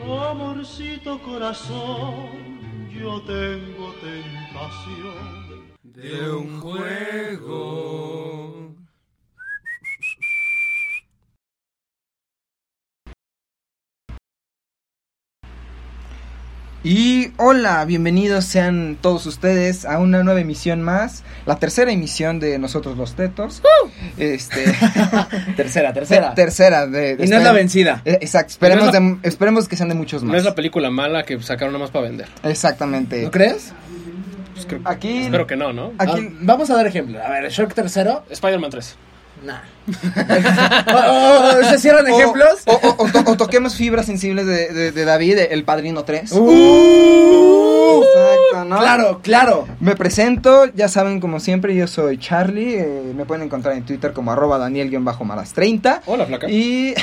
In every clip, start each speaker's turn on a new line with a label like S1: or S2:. S1: Amorcito corazón, yo tengo tentación.
S2: de un juego.
S3: Y hola, bienvenidos sean todos ustedes a una nueva emisión más, la tercera emisión de nosotros los tetos.
S4: ¡Uh!
S3: Este,
S4: Tercera, tercera.
S3: tercera de,
S4: y no es la
S3: esperen-
S4: vencida.
S3: Eh, Exacto, esperemos,
S4: Y no es
S3: de- esperemos que sean de muchos más.
S4: No es la película mala que sacaron nomás para vender.
S3: Exactamente.
S2: ¿No crees?
S4: Pues creo-
S3: Aquí,
S4: espero que no, ¿no?
S3: aquí
S2: Ah, vamos a dar ejemplo. A ver, Shrek tercero.
S4: Spider-Man 3.
S2: Nah. Oh, oh, oh, ¿Se cierran
S3: o-
S2: ejemplos?
S3: O, o- o to- o toquemos fibras sensibles de, de- de David, El Padrino 3.
S2: Uh,
S3: Exacto, ¿no?
S2: Claro, claro.
S3: Me presento, ya saben como siempre, yo soy Charlie, eh, me pueden encontrar en Twitter como arroba daniel-malas30
S4: Hola, flaca.
S3: y,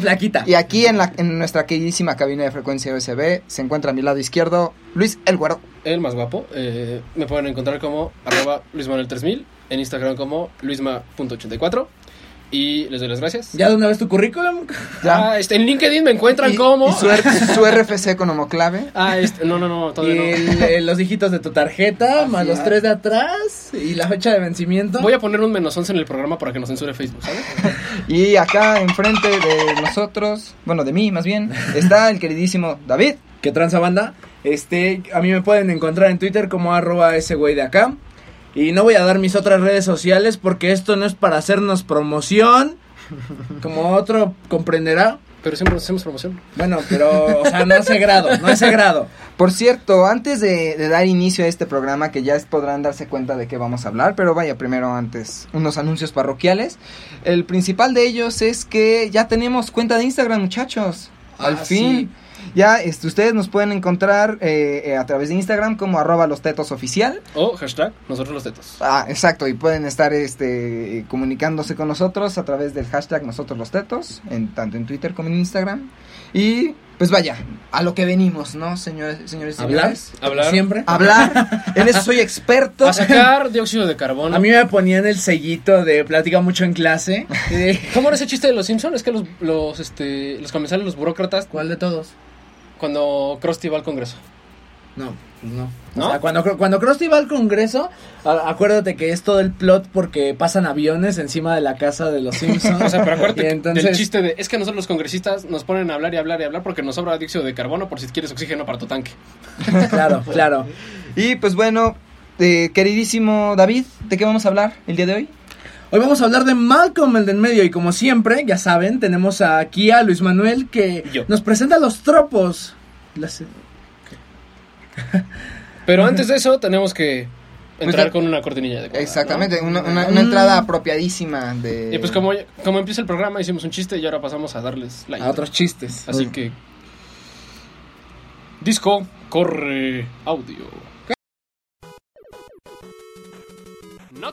S2: Flaquita.
S3: y aquí en, la, en nuestra queridísima cabina de frecuencia USB se encuentra a mi lado izquierdo Luis El Güero.
S4: El más guapo. eh, me pueden encontrar como arroba luismanuel3000, en Instagram como luisma.84. Y les doy las gracias.
S2: ¿Ya de una vez tu currículum?
S3: Ya.
S4: Ah, este, en LinkedIn me encuentran
S3: Y-
S4: como...
S3: y su, R- su RFC con homoclave.
S4: Ah, este, no, no, no,
S2: Y
S4: todavía no.
S2: el- eh, los dígitos de tu tarjeta, más los
S3: es.
S2: tres de atrás y la fecha de vencimiento.
S4: Voy a poner un menos 11 en el programa para que nos censure Facebook, ¿sabes?
S3: Y acá enfrente de nosotros, bueno, de mí más bien, está el queridísimo David.
S2: que tranza banda. Este, a mí me pueden encontrar en Twitter como arroba ese güey de acá. Y no voy a dar mis otras redes sociales porque esto no es para hacernos promoción. Como otro comprenderá.
S4: Pero siempre nos hacemos promoción.
S2: Bueno, pero, o sea, no ese grado, no ese grado.
S3: Por cierto, antes de, de dar inicio a este programa, que ya es- podrán darse cuenta de qué vamos a hablar, pero vaya primero antes unos anuncios parroquiales. El principal de ellos es que ya tenemos cuenta de Instagram, muchachos. Al
S2: Ah,
S3: fin. Ya, este, ustedes nos pueden encontrar eh, eh, a través de Instagram como arroba los tetos oficial.
S4: O hashtag nosotros los tetos.
S3: Ah, exacto, y pueden estar este, comunicándose con nosotros a través del hashtag nosotros los tetos, en, tanto en Twitter como en Instagram. Y pues vaya, a lo que venimos, ¿no, señores? señores y
S2: Hablar,
S3: señores?
S4: Hablar. Ah,
S2: hablar. siempre.
S3: hablar. En eso soy experto.
S4: A sacar dióxido de carbono.
S2: A mí me ponían el sellito de platica mucho en clase. Y de-
S4: Eh, ¿Cómo era ese chiste de los Simpsons? Es que los, los, este, los comensales, los burócratas,
S2: ¿Cuál de todos?
S4: cuando Krusty va al Congreso.
S2: No, no.
S4: ¿No?
S2: O sea, cuando, cuando Krusty va al Congreso, a- acuérdate que es todo el plot porque pasan aviones encima de la casa de los Simpsons.
S4: O sea, pero acuérdate
S2: Y
S4: que-
S2: entonces,
S4: del chiste de, es que nosotros los congresistas nos ponen a hablar y hablar y hablar porque nos sobra dióxido de carbono por si quieres oxígeno para tu tanque.
S2: Claro, claro.
S3: Y pues bueno, eh, queridísimo David, ¿de qué vamos a hablar el día de hoy?
S2: Hoy vamos a hablar de Malcolm el del medio y como siempre, ya saben, tenemos aquí a Luis Manuel que
S4: Yo.
S2: nos presenta los tropos. Las-
S4: Pero antes de eso tenemos que
S3: Pues,
S4: entrar con una cortinilla de cuerda,
S3: Exactamente, una, una-
S2: Mm.
S3: una entrada apropiadísima de...
S4: ¿no? Y pues como, como empieza el programa hicimos un chiste y ahora pasamos a darles la
S2: a
S4: intro.
S2: otros chistes.
S4: Así que... Disco, corre, audio. No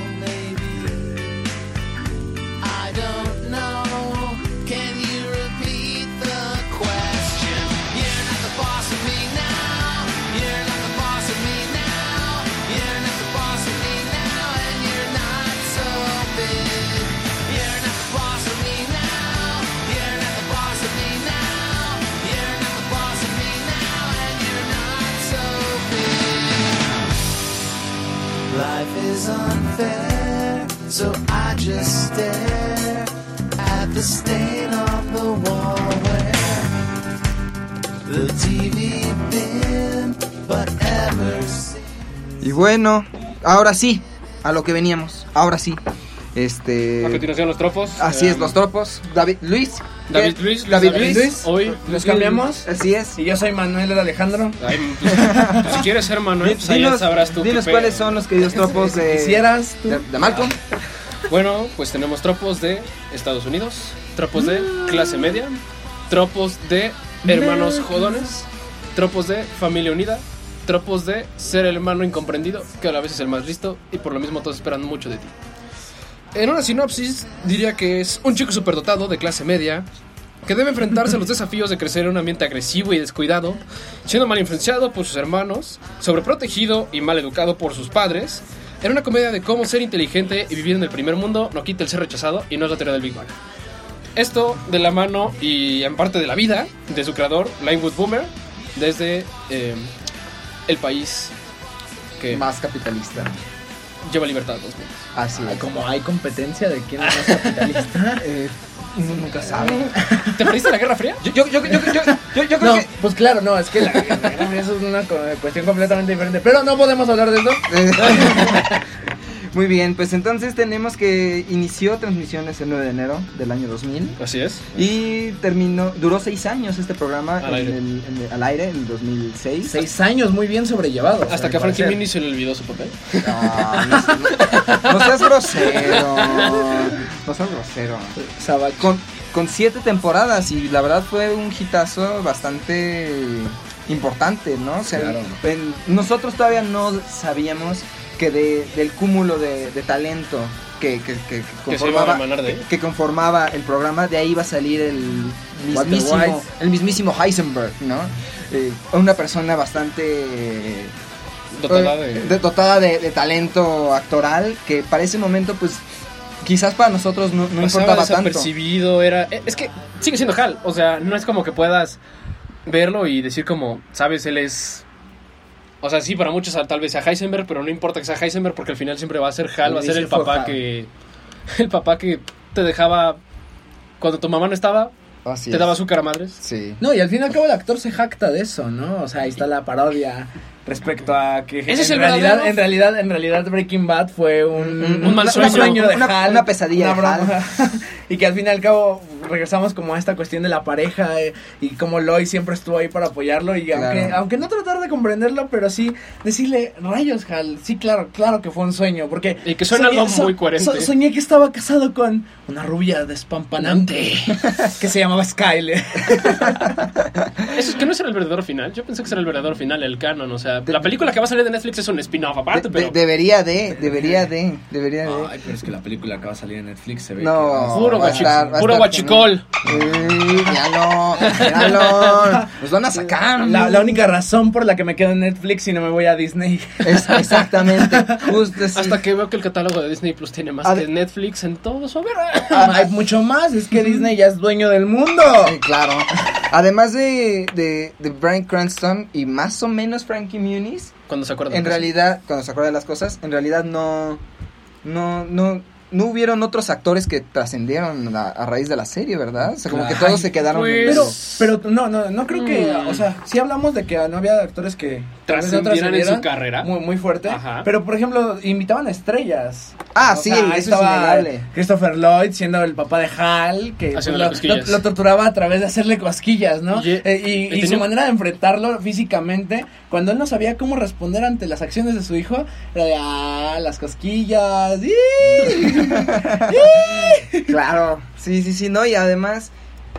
S5: maybe. I don't know. Can you repeat the question? You're not the boss of me now. You're not the boss of me now. You're not the boss of me now. And you're not so big. You're not the boss of me now. You're not the boss of me now. You're not the boss of me now. And you're not so big. Life is unfair, so I just stare at the stain on the wall where the TV been, but ever since.
S3: Y bueno, ahora sí, a lo que veníamos, ahora sí. Este...
S4: A continuación los tropos.
S3: Así es,
S4: Eh,
S3: los tropos. David Luis.
S4: David
S3: ¿qué?
S4: Luis, Luis
S3: David
S4: David
S3: Luis.
S4: Luis. Hoy
S2: ¿Nos cambiamos?
S3: Así es.
S2: Y yo soy Manuel Alejandro.
S4: Ay, pues, pues, si quieres ser Manuel, pues ahí ya sabrás tú. qué
S3: dinos
S4: pedo.
S3: cuáles son los queridos tropos de...
S2: ¿Quisieras tú?
S3: De, de Malcolm.
S4: Bueno, pues tenemos tropos de Estados Unidos, tropos de clase media, tropos de hermanos jodones, tropos de familia unida, tropos de ser el hermano incomprendido, que a la vez es el más listo y por lo mismo todos esperan mucho de ti. En una sinopsis diría que es un chico superdotado de clase media que debe enfrentarse a los desafíos de crecer en un ambiente agresivo y descuidado, siendo mal influenciado por sus hermanos, sobreprotegido y mal educado por sus padres. En una comedia de cómo ser inteligente y vivir en el primer mundo no quita el ser rechazado y no es la teoría del Big Bang. Esto de la mano y en parte de la vida de su creador, Linewood Boomer, desde eh, el país que
S3: Más capitalista.
S4: lleva libertad a los niños.
S3: Así es.
S2: Como hay competencia de quién es más capitalista.
S3: Eh, uno nunca sabe.
S4: ¿Te perdiste la Guerra Fría?
S3: Yo, yo, yo, yo, yo, yo- yo creo
S2: No,
S3: que.
S2: pues claro, no, es que la, la- eso es una co- cuestión completamente diferente. Pero no podemos hablar de eso.
S3: Muy bien, pues entonces tenemos que inició transmisiones el 9 de enero del año 2000
S4: Así es.
S3: y terminó, duró seis años este programa
S4: Al
S3: en
S4: aire.
S3: el- en el- al aire en el 2006.
S2: Seis años muy bien sobrellevados.
S4: Hasta
S2: al
S4: que a Frankie
S2: parecer.
S4: Mini se le olvidó su papel.
S3: No, Ah, no, seas- no seas grosero. No seas grosero.
S2: Sabac-
S3: Con, con siete temporadas y la verdad fue un hitazo bastante importante, ¿no? O sea,
S2: Claro.
S3: en- nosotros todavía no sabíamos que de- del cúmulo de, de talento que, que, que- que
S4: Que se iba a
S3: conformaba
S4: emanar de ahí.
S3: que conformaba el programa, de ahí va a salir el
S2: Walter
S3: mismísimo,
S2: White.
S3: el mismísimo Heisenberg, ¿no? Eh, una persona bastante eh,
S4: Dotada
S3: eh,
S4: de...
S3: de- dotada de, de talento actoral que para ese momento pues quizás para nosotros no, no
S4: pasaba
S3: importaba tanto.
S4: desapercibido, era... eh, Es que sigue siendo Hal, o sea, no es como que puedas verlo y decir como, sabes, él es... O sea, sí, para muchos tal vez sea Heisenberg, pero no importa que sea Heisenberg porque al final siempre va a ser Hal, va a ser el
S2: Inicio fue
S4: papá
S2: Hal.
S4: que... El papá que te dejaba... Cuando tu mamá no estaba,
S3: Así
S4: te
S3: es.
S4: daba azúcar a madres.
S3: Sí.
S2: No, y al fin y al cabo el actor se jacta de eso, ¿no? O sea, ahí está la parodia respecto a que
S4: Ese
S2: en
S4: es el
S2: realidad,
S4: verdadero-
S2: en realidad, en realidad Breaking Bad fue un,
S4: Un mal sueño.
S2: de
S3: Una-
S2: Hal,
S3: una pesadilla
S2: una
S3: de
S2: broma. y que al fin y al cabo regresamos como a esta cuestión de la pareja eh, y como Lois siempre estuvo ahí para apoyarlo y aunque,
S3: Claro.
S2: aunque no tratar de comprenderlo, pero sí decirle, rayos Hal, sí, claro, claro que fue un sueño, porque...
S4: Y que suena algo muy coherente.
S2: so- soñé que estaba casado con una rubia despampanante que se llamaba Skyler.
S4: Eso es que no será el verdadero final. Yo pensé que será el verdadero final, el canon. O sea, la película que va a salir de Netflix es un spin-off aparte,
S3: De- de-
S4: pero...
S3: debería de, debería de, debería de.
S2: Ay, pero es que la película que va a salir en Netflix se ve.
S3: No.
S2: que ah, va a ser-
S4: Puro,
S3: va a
S4: guachi-
S3: estar- va a
S4: puro
S3: estar
S4: guachicol.
S3: Ey, míralo, míralo. Nos van a sacar.
S2: La, la única razón por la que me quedo en Netflix y no me voy a Disney.
S3: Es- exactamente. Justo así.
S4: Hasta que veo que el catálogo de Disney Plus tiene más
S3: Ad-
S4: que Netflix en todo su haber.
S2: Ah, Hay mucho más, es que Disney ya es dueño del mundo.
S3: Sí, claro. Además de, de, de Brian Cranston y más o menos Frankie Muniz,
S4: Cuando se acuerdan.
S3: en realidad, cuando se acuerda de las cosas, en realidad no. No, no. No hubieron otros actores que trascendieron a, a raíz de la serie, ¿verdad? O sea, como que todos
S2: Ay, pues,
S3: se quedaron. en-
S2: Pero, pero no, no, no creo que,
S4: Mm.
S2: o sea, sí hablamos de que no había actores que tal vez no
S4: Trascendieran en su
S2: trascendieran
S4: carrera.
S2: Muy, muy fuerte.
S4: Ajá.
S2: Pero, por ejemplo, invitaban a estrellas.
S3: Ah,
S2: O
S3: sí,
S2: sea, ahí
S3: eso es innegable.
S2: Christopher Lloyd siendo el papá de Hal, que pues,
S4: Haciéndole
S2: lo,
S4: cosquillas.
S2: lo- lo torturaba a través de hacerle cosquillas, ¿no?
S4: Y-
S2: Eh, y
S4: y
S2: y su
S4: tenía-
S2: manera de enfrentarlo físicamente, cuando él no sabía cómo responder ante las acciones de su hijo, era de, ah, las cosquillas. ¡ih!
S3: Claro, sí, sí, sí, no, y además,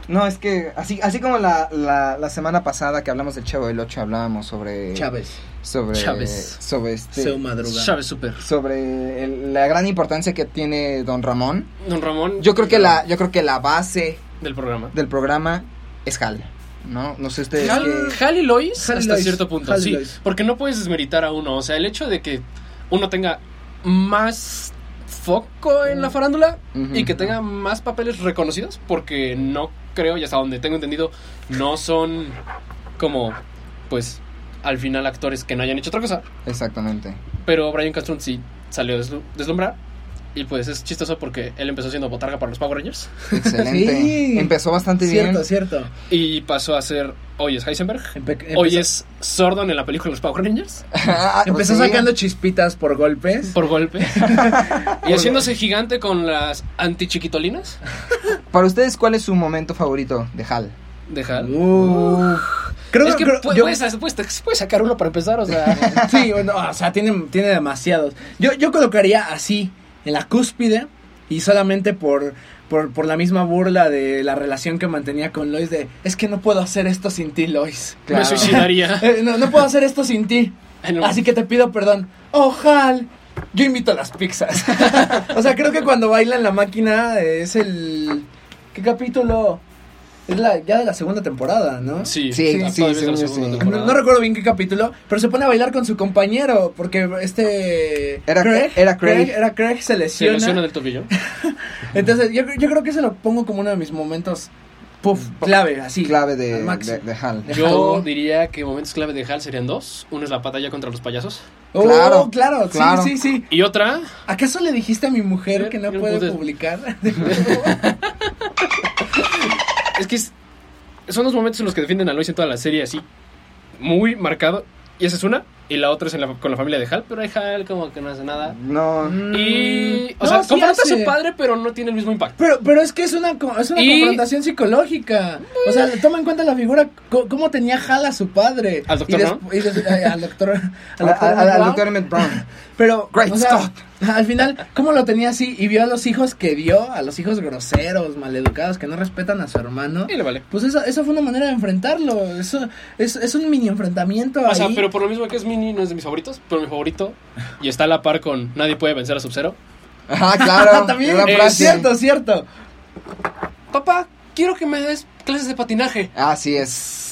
S3: no, es que así, así como la, la, la semana pasada que hablamos del Chavo del 8 hablábamos sobre...
S2: Chávez,
S3: Sobre...
S4: Chávez.
S3: Sobre este...
S2: seu madruga.
S4: Chávez Super.
S3: sobre el- la gran importancia que tiene Don Ramón.
S4: Don Ramón.
S3: Yo creo que la, yo creo que la base
S4: Del programa.
S3: del programa es Hal, ¿no? No sé ustedes
S4: Hal,
S3: qué...
S4: Hal y Lois
S2: Hal y
S4: hasta
S2: Lois.
S4: cierto punto,
S2: Hal y
S4: sí.
S2: Lois.
S4: Porque no puedes desmeritar a uno. O sea, el hecho de que uno tenga más foco en la farándula
S3: Ujú.
S4: y que tenga más papeles reconocidos, porque no creo, y hasta donde tengo entendido, no son como, pues, al final actores que no hayan hecho otra cosa.
S3: Exactamente.
S4: Pero Brian Castron sí salió a deslu- deslumbrar. Y pues es chistoso porque él empezó siendo botarga para los Power Rangers.
S3: Excelente.
S2: Sí.
S3: Empezó bastante
S2: Cierto,
S3: bien.
S2: cierto.
S4: Y pasó a ser. Hoy es Heisenberg.
S2: Empe- empezó-
S4: Hoy es Sordon en la película Los Power Rangers.
S3: Ah,
S2: Empezó
S3: sí.
S2: sacando chispitas por golpes.
S4: Por golpe. y haciéndose gigante con las antichiquitolinas.
S3: Para ustedes, ¿cuál es su momento favorito de Hal?
S4: Deja.
S2: Uf. Creo
S4: es que
S2: creo-
S4: pu- pues,
S2: yo-
S4: puedes, puedes- puedes sacar uno para empezar, o sea.
S2: Sí, bueno, o sea, tiene, tiene demasiados. Yo, yo colocaría así, en la cúspide, y solamente por, por, por la misma burla de la relación que mantenía con Lois de, es que no puedo hacer esto sin ti, Lois.
S4: Me suicidaría.
S2: Eh, no, no puedo hacer esto sin ti.
S4: En un-
S2: Así que te pido perdón. Ojalá. Yo invito a las pizzas. o sea, creo que cuando baila en la máquina eh, es el... ¿Qué capítulo? Es la, ya de la segunda temporada, ¿no?
S4: Sí,
S3: Sí,
S4: todavía
S3: sí,
S4: es la
S3: según yo,
S4: segunda
S3: sí.
S2: No,
S4: temporada.
S2: no recuerdo bien qué capítulo, pero se pone a bailar con su compañero porque este...
S3: Era- era Craig.
S2: Era Craig, se
S4: Se
S2: lesiona.
S4: lesiona del tobillo.
S2: Entonces, yo, yo creo que se lo pongo como uno de mis momentos puff, clave, así.
S3: clave de,
S2: al máximo.
S3: de, de Hal.
S2: De
S4: Yo
S2: Halloween.
S4: diría que momentos clave de Hal serían dos. Uno es la batalla contra los payasos.
S2: Oh,
S3: Claro,
S2: claro, claro, sí,
S3: claro.
S2: sí, sí.
S4: Y otra,
S2: ¿Acaso le dijiste a mi mujer
S4: Yo-
S2: que no
S4: yo no
S2: puede
S4: pude.
S2: publicar?
S4: es que es- son los momentos en los que defienden a Lois en toda la serie así, muy marcado. Y esa es una. Y la otra es en la- con la familia de Hal, pero ahí Hal como que no hace nada.
S3: No.
S2: Mm.
S4: Mm. Y, o
S2: No,
S4: sea,
S2: sí
S4: confronta a
S2: hace.
S4: su padre, pero no tiene el mismo impacto.
S2: Pero, pero es que es una, co- es una
S4: Y- Mm.
S2: confrontación psicológica. O sea, toma en cuenta la figura, co- cómo tenía Hal a su padre.
S4: Al doctor
S2: Y des-
S4: Brown.
S2: y des- ay, al doctor. Al
S3: Al,
S2: doctor
S3: al- al- al
S2: Brown.
S3: doctor Emmett Brown.
S2: Pero,
S3: Great
S2: o sea,
S3: Scott.
S2: al final, ¿cómo lo tenía así? Y vio a los hijos que dio, a los hijos groseros, maleducados, que no respetan a su hermano.
S4: Y le vale.
S2: Pues esa, esa fue una manera de enfrentarlo. Eso es, es un mini enfrentamiento.
S4: O sea,
S2: ahí.
S4: pero por lo mismo que es Mini, no es de mis favoritos, pero mi favorito, y está a la par con Nadie puede vencer a Sub-Zero.
S3: Ajá, Ah, claro.
S2: Ah, También,
S3: gran
S4: eh,
S3: frase.
S2: cierto, cierto.
S4: Papá, quiero que me des clases de patinaje.
S3: Así es.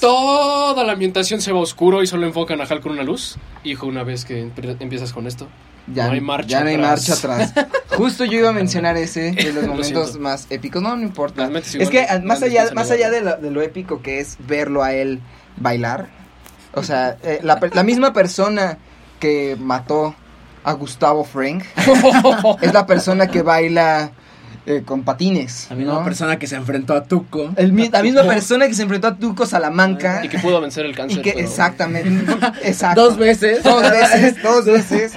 S4: Toda la ambientación se va oscuro y solo enfocan a Hal con una luz. Hijo, una vez que empie- empiezas con esto,
S3: Ya
S4: No hay marcha
S3: ya no hay
S4: atrás.
S3: marcha atrás. Justo yo iba a mencionar ese de los
S4: Lo
S3: momentos
S4: siento.
S3: más épicos. No, no importa.
S4: Las metes
S3: es
S4: igual,
S3: que
S4: las
S3: ah, más
S4: metes
S3: allá,
S4: igual.
S3: más allá de, lo, de lo épico que es verlo a él bailar. O sea, eh, la, per- la misma persona que mató a Gustavo Frank es la persona que baila eh, con patines.
S2: La misma
S3: ¿no?
S2: persona que se enfrentó a Tuco.
S3: El mi- la misma persona que se enfrentó a Tuco Salamanca.
S4: y que pudo vencer el cáncer.
S3: Y que,
S4: pero-
S3: exactamente, exacto.
S2: Dos veces.
S3: Dos veces, dos veces.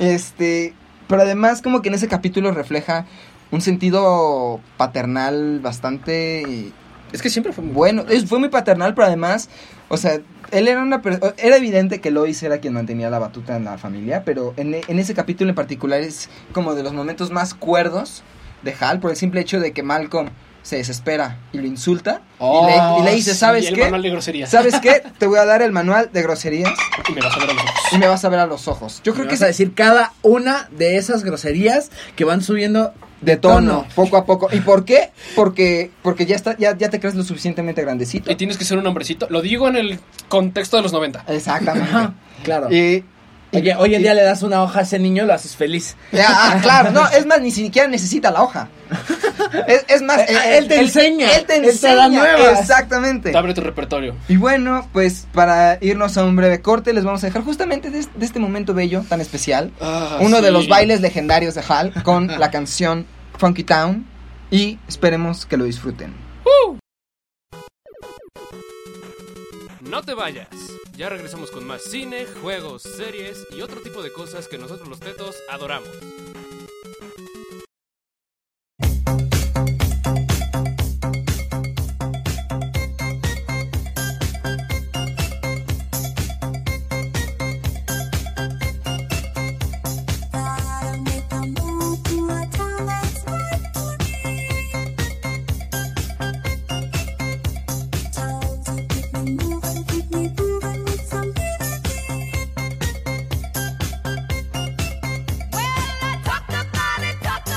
S3: Este, pero además como que en ese capítulo refleja un sentido paternal bastante
S4: Es que siempre fue muy
S3: bueno. Es- fue muy paternal, pero además, o sea, él era una per- era evidente que Lois era quien mantenía la batuta en la familia, pero en, e- en ese capítulo en particular es como de los momentos más cuerdos de Hal por el simple hecho de que Malcolm se desespera y lo insulta y, le, y le dice,
S4: Oh, Sí,
S3: ¿sabes
S4: el
S3: qué?
S4: manual de groserías.
S3: ¿Sabes qué? Te voy a dar el manual de groserías
S4: Y me vas a ver a los ojos.
S3: y me vas a ver a los ojos. Yo
S2: Creo
S3: creo
S2: que
S3: que
S2: vas a
S3: es
S2: decir cada una de esas groserías que van subiendo
S3: de tono,
S2: tono.
S3: poco a poco. ¿Y por qué? Porque porque ya está ya, ya te crees lo suficientemente grandecito.
S4: Y tienes que ser un hombrecito. Lo digo en el contexto de los 90.
S3: Exactamente.
S2: Claro.
S3: Y-
S2: Oye, hoy en
S3: y-
S2: día le das una hoja a ese niño, lo haces feliz.
S3: Ah, ah, claro, no, es más, ni siquiera necesita la hoja. Es, es más,
S2: Eh, él te enseña,
S3: Él te
S2: él te da
S3: enseña.
S2: nuevas.
S3: Exactamente.
S4: Te abre tu repertorio.
S3: Y bueno, pues para irnos a un breve corte, les vamos a dejar justamente de, es- de este momento bello, tan especial,
S2: Ah,
S3: uno de
S4: Ah, sí.
S3: los bailes legendarios de Hal con la canción Funky Town. Y esperemos que lo disfruten.
S4: No te vayas. Ya regresamos con más cine, juegos, series y otro tipo de cosas que nosotros los tetos adoramos.
S6: Well, I talk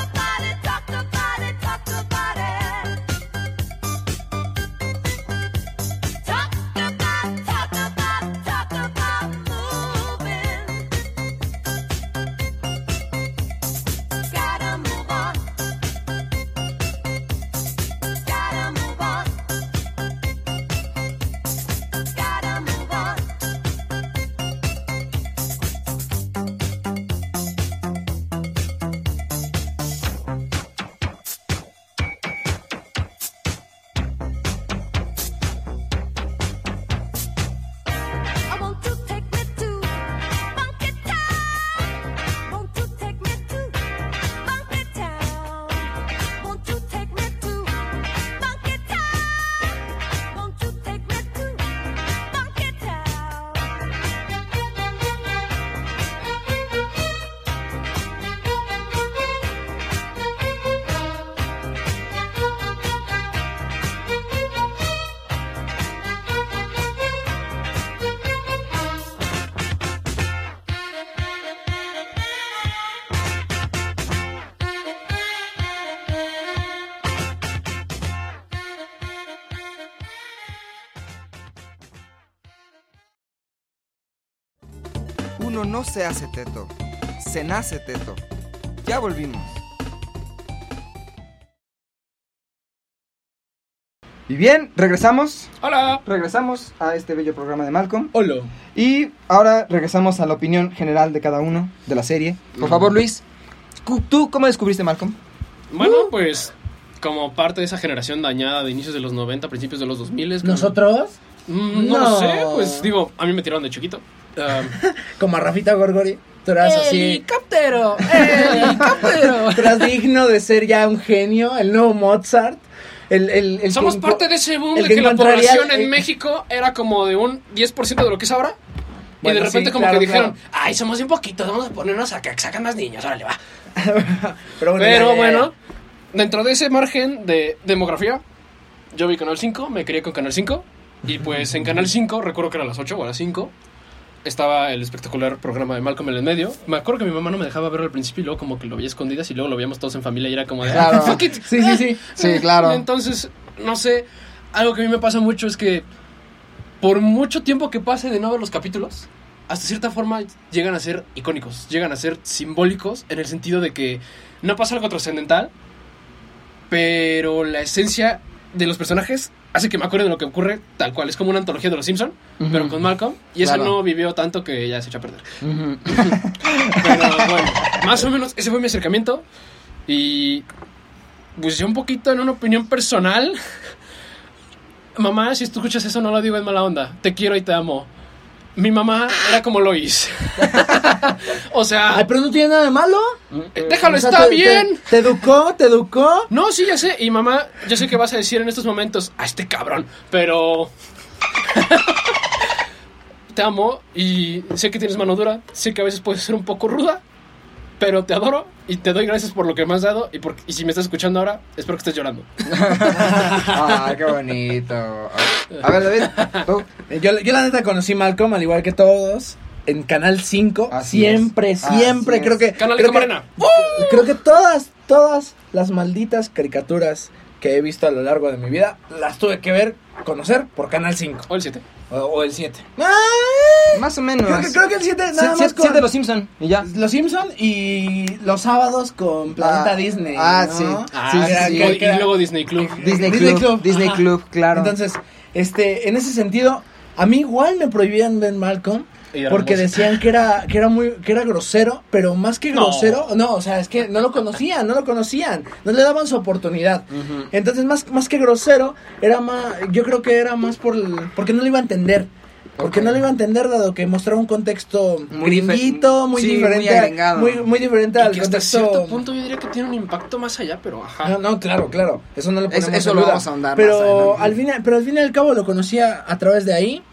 S3: uno no se hace teto, se nace teto. Ya volvimos. Y bien, regresamos,
S4: ¡Hola!
S3: regresamos a este bello programa de Malcolm.
S2: Olo.
S3: Y ahora regresamos a la opinión general de cada uno de la serie. Por favor, Luis, cu- ¿tú cómo descubriste Malcolm?
S4: Bueno,
S3: Uh.
S4: pues como parte de esa generación dañada de inicios de los 90, principios de los 2000. como-
S2: ¿Nosotros?
S4: Mm, no, lo
S2: No.
S4: sé, pues digo, a mí me tiraron de chiquito. Ah,
S2: Como a Rafita Gorgori. Tú eras así.
S6: ¡Helicóptero! ¡Helicóptero!
S2: Tú eras digno de ser ya un genio, el nuevo Mozart. El, el, el
S4: Somos
S2: que enco-
S4: parte de ese boom
S2: el
S4: de
S2: que
S4: que, la
S2: encontraría-
S4: población en
S2: eh,
S4: México era como de un 10% de lo que es ahora.
S2: Bueno,
S4: y de repente
S2: sí,
S4: como
S2: claro,
S4: que dijeron,
S2: claro.
S4: ay, somos un poquito, vamos a ponernos a que sacan más niños, órale, va.
S2: Pero bueno,
S4: Pero
S2: ya, ya,
S4: bueno, dentro de ese margen de demografía, yo vi Canal 5, me crié con Canal 5. Y pues en Canal 5, recuerdo que era a las 8 o a las 5, estaba el espectacular programa de Malcolm en el medio. Me acuerdo que mi mamá no me dejaba verlo al principio y luego como que lo veía a escondidas y luego lo veíamos todos en familia y era como de...
S3: Claro.
S4: "Ah, fuck it".
S2: Sí, sí, sí.
S3: Sí, claro.
S4: Eh, Entonces, no sé, algo que a mí me pasa mucho es que por mucho tiempo que pase de no ver los capítulos, hasta cierta forma llegan a ser icónicos, llegan a ser simbólicos en el sentido de que no pasa algo trascendental, pero la esencia de los personajes hace que me acuerde de lo que ocurre tal cual. Es como una antología de los Simpson, pero con Malcolm, y eso
S3: Claro.
S4: no vivió tanto que ya se echó a perder. Pero bueno, más o menos ese fue mi acercamiento. Y pues yo un poquito en una opinión personal. Mamá, si tú escuchas eso, no lo digo en mala onda. Te quiero y te amo. Mi mamá era como Lois. o
S2: Ay,
S4: sea,
S2: pero no tiene nada de malo.
S4: eh, déjalo,
S2: O sea,
S4: está
S2: te- te-
S4: bien.
S2: Te, educó, te educó.
S4: No, sí, ya sé. Y mamá, yo sé que vas a decir en estos momentos a este cabrón, pero. te amo y sé que tienes mano dura. Sé que a veces puedes ser un poco ruda, pero te adoro y te doy gracias por lo que me has dado. Y, por- y si me estás escuchando ahora, espero que estés llorando.
S3: Ah, qué bonito. A ver, David, tú.
S2: Yo, yo la neta conocí Malcolm, al igual que todos, en Canal 5.
S3: Así
S2: siempre,
S3: es.
S2: siempre.
S3: Así
S2: creo que.
S4: Canal de
S2: creo que,
S4: Camarena.
S2: creo que todas, todas las malditas caricaturas que he visto a lo largo de mi vida las tuve que ver, conocer por Canal 5
S4: O el 7.
S2: o, o el 7.
S3: Más o menos.
S2: Creo que, creo que el 7
S3: Sí,
S2: nada
S3: sí,
S2: más
S3: sí,
S2: con
S3: de los Simpson y ya.
S2: los Simpson y los sábados con Planeta
S3: Ah,
S2: Disney.
S3: ah,
S2: ¿no?
S3: sí.
S4: Ah,
S2: Era-
S3: sí,
S4: y,
S3: sí.
S2: que- que era-
S4: y luego Disney Club.
S3: Disney,
S2: Disney
S3: Club,
S2: Club,
S3: Disney
S2: ajá.
S3: Club, claro.
S2: Entonces, este, en ese sentido, a mí igual me prohibían ver Malcolm
S4: Y era
S2: porque
S4: hermoso.
S2: decían que era que era muy que era grosero, pero más que
S4: No.
S2: grosero, no, o sea, es que no lo conocían, no lo conocían, no le daban su oportunidad. Entonces, más más que grosero, era más yo creo que era más por el- porque no lo iba a entender. Porque
S3: Ok.
S2: no lo iba a entender dado que mostraba un contexto muy
S3: Muy dife-
S2: gringuito, muy
S3: sí, muy
S2: diferente, a-
S3: agregado.
S2: muy, muy diferente
S4: Y
S2: al
S4: que hasta
S2: contexto.
S4: cierto punto yo diría que tiene un impacto más allá, pero
S2: Ah,
S4: ajá.
S2: no, claro, claro. Eso no lo
S3: Es-
S2: ponemos
S3: eso
S2: en
S3: lo
S2: duda.
S3: vamos a ahondar más
S2: Pero
S3: adelante.
S2: al final, pero al fin y al cabo lo conocía a través de ahí.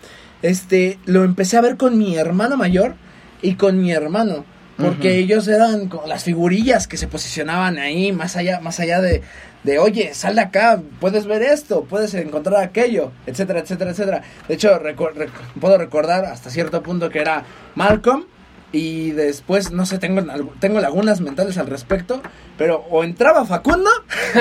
S2: Este, lo empecé a ver con mi hermana mayor y con mi hermano. Porque ellos eran como las figurillas que se posicionaban ahí, más allá, más allá de, de, oye, sal de acá, puedes ver esto, puedes encontrar aquello, etcétera, etcétera, etcétera. De hecho, recu- rec- puedo recordar hasta cierto punto que era Malcolm, y después, no sé, tengo, algu- tengo lagunas mentales al respecto, pero o entraba Facundo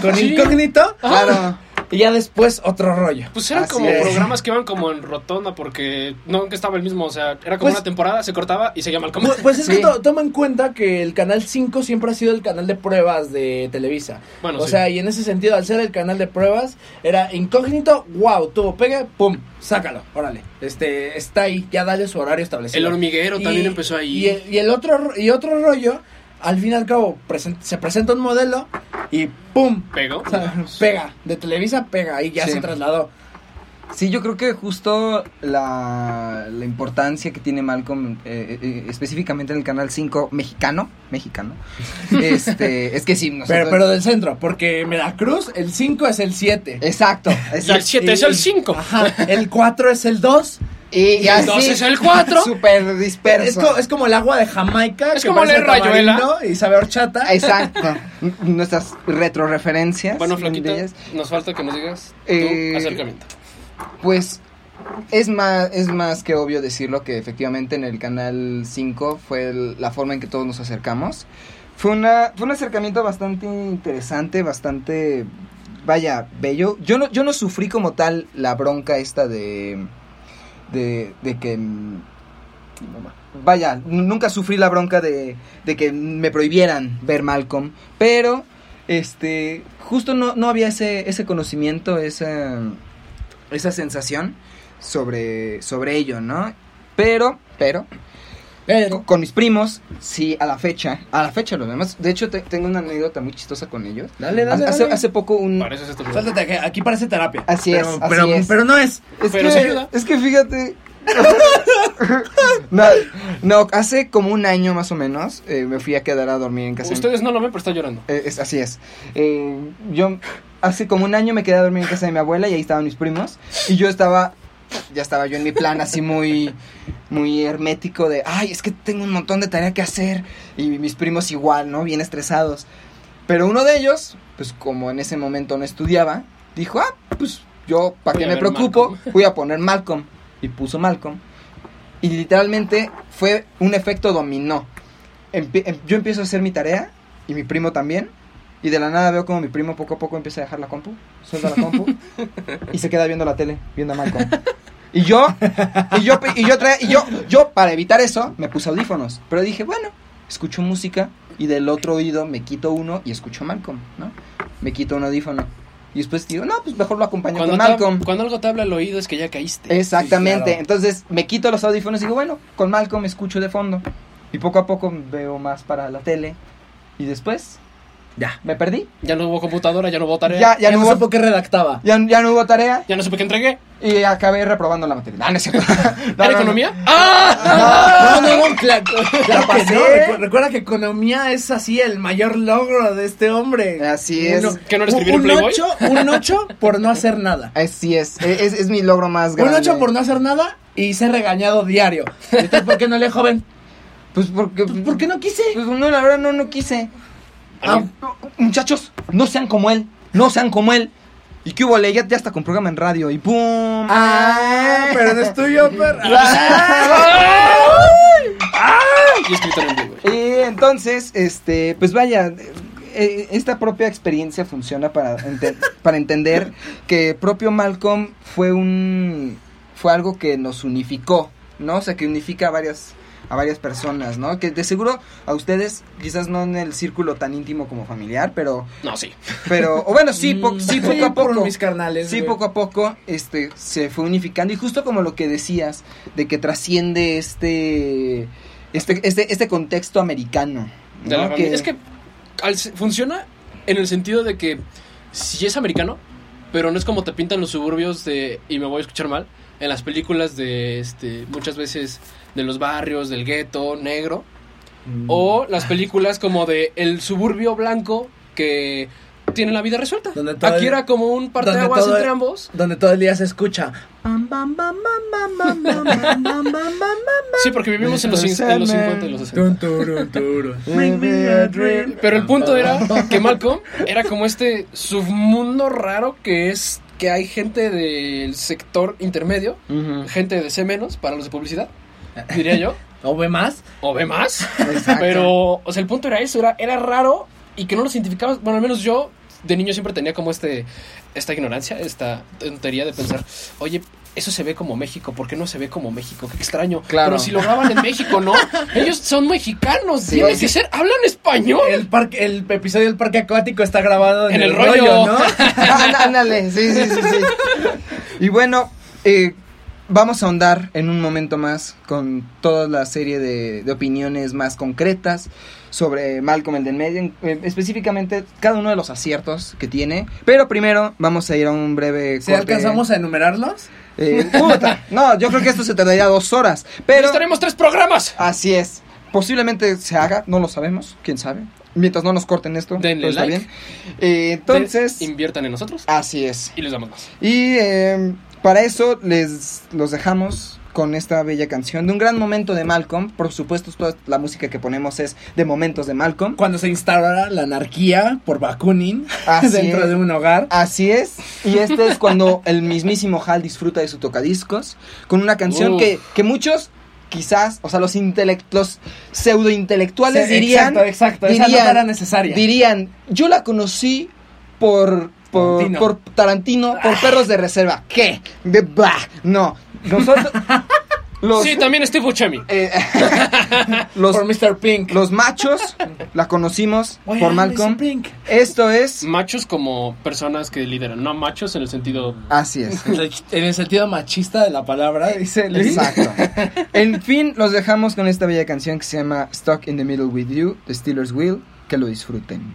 S2: con
S4: Sí.
S2: incógnito
S3: Claro.
S2: y ya después otro rollo.
S4: Pues eran
S3: Así
S4: como
S2: es.
S4: programas que iban como en rotonda porque no que estaba el mismo, o sea, era como
S2: Pues-
S4: una temporada, se cortaba y seguía mal como.
S2: Pues, pues es
S3: Sí.
S2: que to- toma en cuenta que el canal 5 siempre ha sido el canal de pruebas de Televisa.
S4: Bueno,
S2: o
S4: sí.
S2: sea, y en ese sentido, al ser el canal de pruebas, era incógnito, wow, tuvo pegue, pum, sácalo, órale. Este, está ahí, ya dale su horario establecido.
S4: El hormiguero también empezó ahí.
S2: Y el, y el otro ro- y otro rollo, al fin y al cabo, presen- se presenta un modelo y pum,
S4: Pegó.
S2: O sea, pega, de Televisa pega y ya
S3: Sí.
S2: se trasladó.
S3: Sí, yo creo que justo la, la importancia que tiene Malcolm, eh, eh, específicamente en el canal 5 mexicano, mexicano, este, es que sí, nosotros...
S2: Pero, pero del centro, porque Veracruz el 5 es el 7.
S4: Eh.
S3: Exacto,
S4: Y el
S3: exacto.
S4: 7 es el 5.
S2: Ajá, el 4 es el 2.
S3: Y, y
S4: el
S3: así,
S4: dos es el cuatro.
S3: Súper
S2: Es,
S3: disperso.
S2: co- es como el agua de Jamaica.
S4: Es como
S2: parece
S4: leer Rayuela.
S2: tamarindo Y sabe a horchata.
S3: Exacto. N- Nuestras retroreferencias.
S4: Bueno,
S3: de
S4: Flaquita,
S3: ellas.
S4: nos falta que nos digas
S3: Eh,
S4: tu acercamiento.
S3: Pues es más, es más que obvio decirlo que efectivamente en el canal 5 fue el- la forma en que todos nos acercamos. Fue, una, fue un acercamiento bastante interesante, bastante, vaya, bello. Yo no, yo no sufrí como tal la bronca esta de, de, de que... mm,
S2: problema.
S3: Vaya, n- nunca sufrí la bronca de, de que me prohibieran ver Malcolm, pero este justo no, no había ese, ese conocimiento, esa, esa sensación sobre, sobre ello, ¿no? Pero, pero, co- con mis primos, sí, a la fecha, a la fecha los demás. De hecho, te- tengo una anécdota muy chistosa con ellos.
S2: Dale, dale,
S3: hace,
S2: dale.
S3: hace poco un...
S4: Para eso es este programa.
S2: Sáltate, aquí, aquí parece terapia.
S3: Así
S2: pero,
S3: es, así
S2: pero,
S3: es.
S2: pero no es.
S3: Es
S4: Pero
S3: que,
S4: se ayuda.
S3: Es que fíjate. no, no, hace como un año más o menos eh, me fui a quedar a dormir en casa. de mi-
S4: Ustedes no lo ven, pero está llorando.
S3: Eh, es- así es. Eh, yo hace como un año me quedé a dormir en casa de mi abuela y ahí estaban mis primos. Y yo estaba, ya estaba yo en mi plan así muy, muy hermético de, ay, es que tengo un montón de tarea que hacer. Y mis primos igual, ¿no? Bien estresados. Pero uno de ellos, pues como en ese momento no estudiaba, dijo, ah, pues yo, ¿para
S4: Voy
S3: qué
S4: a
S3: me
S4: ver
S3: preocupo? Voy a poner Malcolm. Y puso Malcolm. Y literalmente fue un efecto dominó. Empie- em- yo empiezo a hacer mi tarea y mi primo también. Y de la nada veo como mi primo poco a poco empieza a dejar la compu, suelta la compu y se queda viendo la tele, viendo a Malcolm. Y yo, y yo, y yo, traía- y yo, yo para evitar eso me puse audífonos. Pero dije, bueno, escucho música y del otro oído me quito uno y escucho a Malcolm, ¿no? Me quito un audífono. Y después digo, no, pues mejor lo acompaño
S4: Cuando,
S3: con
S4: te hab-
S3: Malcolm.
S4: cuando algo te habla al oído es que ya caíste.
S3: Exactamente.
S2: Sí, claro.
S3: Entonces me quito los audífonos y digo, bueno, con Malcolm escucho de fondo. Y poco a poco veo más para la tele. Y después
S2: Ya.
S3: me perdí.
S4: Ya no hubo computadora, ya no hubo tarea.
S3: Ah, Ya,
S2: Ya,
S3: ya, no
S2: no
S3: hubo,
S2: supo qué redactaba.
S3: ya, ya no hubo tarea
S4: Ya no supe qué entregué.
S3: y acabé reprobando la materia. No, no es cierto. No,
S4: ¿Era
S3: no, no.
S4: economía? ¡Ah!
S2: No, no, no, cla- claro
S3: La
S2: que
S3: pasé.
S2: no. Recu- Recuerda que economía es así el mayor logro de este hombre.
S3: Así es.
S2: Uno-
S4: ¿Que no era escribir
S2: un
S4: Playboy?
S2: 8, un 8 por no hacer nada.
S3: Así es. E- Es, es mi logro más
S2: Un
S3: grande.
S2: 8 por no hacer nada y ser regañado diario. Entonces, ¿por qué no le joven?
S3: Pues porque.
S2: Pues, ¿Por qué no quise?
S3: Pues no, la verdad no, no quise.
S4: Ah,
S3: Ah, muchachos, no sean como él. No sean como él. ¿Y qué hubo? Le? Ya, ya está con programa en radio y ¡pum!
S2: Ah, pero no es tuyo, perra.
S3: Ah,
S4: Y escritor en vivo.
S3: Y entonces, este, pues vaya, eh, esta propia experiencia funciona para, ente- para entender que propio Malcolm fue un fue algo que nos unificó, ¿no? O sea, que unifica a varias a varias personas, ¿no? Que de seguro a ustedes quizás no en el círculo tan íntimo como familiar, pero
S4: No, sí.
S3: pero o bueno, sí, po- sí poco a
S2: Mm. por
S3: poco.
S2: mis carnales.
S3: Sí,
S2: güey.
S3: poco a poco este, se fue unificando y justo como lo que decías, de que trasciende este, este, este, este contexto americano.
S4: De la
S3: ¿no?
S4: familia. Es que al- funciona en el sentido de que si es americano, pero no es como te pintan los suburbios de, y me voy a escuchar mal, en las películas de este, muchas veces de los barrios, del gueto, negro,
S2: Mm.
S4: o las películas como de el suburbio blanco que tiene la vida resuelta.
S2: Donde todo
S4: Aquí
S2: el-
S4: era como
S2: donde
S4: un parteaguas
S2: todo el-
S4: entre ambos.
S2: Donde todo el día se escucha.
S4: Sí, porque vivimos en los, cin- en los 50 y los
S2: Tun,
S4: 60.
S2: turun, turun.
S4: Pero el punto era que Malcolm era como este submundo raro que es que hay gente del sector intermedio,
S3: Ujú.
S4: gente de C menos para los de publicidad, diría yo,
S2: ¿O ve más?
S4: o B más.
S3: Exacto.
S4: Pero, o sea, el punto era eso, era, era raro y que no los identificabas. Bueno, al menos yo de niño siempre tenía como este esta ignorancia, esta tontería de pensar, oye, eso se ve como México, ¿por qué no se ve como México? Qué extraño.
S3: Claro.
S4: Pero si lo graban en México, ¿no? Ellos son mexicanos,
S3: Sí,
S4: tienen
S3: sí.
S4: que ser, hablan español.
S2: El, parque, el episodio del parque acuático está grabado en,
S4: En el rollo.
S2: ¿no?
S3: Ándale, ándale, sí, sí, sí, sí. Y bueno, eh, vamos a ahondar en un momento más con toda la serie de, de opiniones más concretas sobre Malcolm el del medio, en- eh, específicamente cada uno de los aciertos que tiene. Pero primero vamos a ir a un breve...
S2: Si
S3: corte.
S2: alcanzamos a enumerarlos.
S3: Eh, puta. No, yo creo que esto se tardaría dos horas. Pero
S4: Necesitaremos tres programas.
S3: así es. Posiblemente se haga, no lo sabemos, quién sabe. Mientras no nos corten esto,
S4: Denle
S3: todo está
S4: like.
S3: bien. Eh, entonces,
S4: inviertan en nosotros
S3: así es.
S4: y les damos más.
S3: Y eh, para eso les los dejamos con esta bella canción de un gran momento de Malcolm. Por supuesto, toda la música que ponemos es de momentos de Malcolm.
S2: Cuando se instaura la anarquía por Bakunin
S3: Así
S2: dentro
S3: es. Ah,
S2: de un hogar.
S3: Así es, y este es cuando el mismísimo Hal disfruta de su tocadiscos con una canción
S4: Uf.
S3: que, que muchos, quizás, o sea, los, intele- los pseudointelectuales
S2: Sí,
S3: dirían,
S2: exacto, exacto. esa
S3: dirían-
S2: nota era necesaria.
S3: dirían, yo la conocí por, por,
S2: Tarantino.
S3: por Tarantino, por Perros de Reserva. ¿Qué? De- bah, no, nosotros... Los,
S4: Sí, también Steve Buscemi.
S3: eh, los,
S2: por Mr. Pink.
S3: los machos la conocimos
S2: Oye,
S3: por
S2: Mr.
S3: Malcolm.
S2: Pink.
S3: Esto es.
S4: Machos como personas que lideran, no machos en el sentido.
S3: Así es.
S2: En el sentido machista de la palabra, dice Luis.
S3: Exacto. En fin, los dejamos con esta bella canción que se llama Stuck in the Middle with You, The Steelers Will. Que lo disfruten.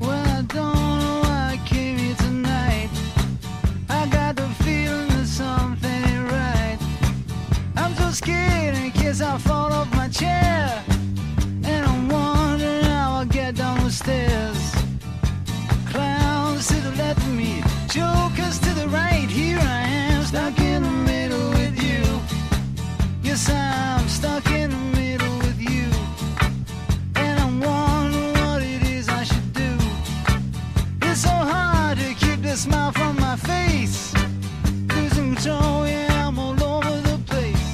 S5: Well, I don't know why I came here tonight. I got the feeling that something ain't right. I'm so scared in case I fall off my chair. And I'm wondering how I'll get down the stairs. Clowns to the left of me, jokers to the right. Here I am, stuck in the middle with you. Yes, I'm stuck in the middle with you. And I'm wondering what it is I should do. It's so hard to keep the smile from my face. Losing control, yeah, I'm all over the place.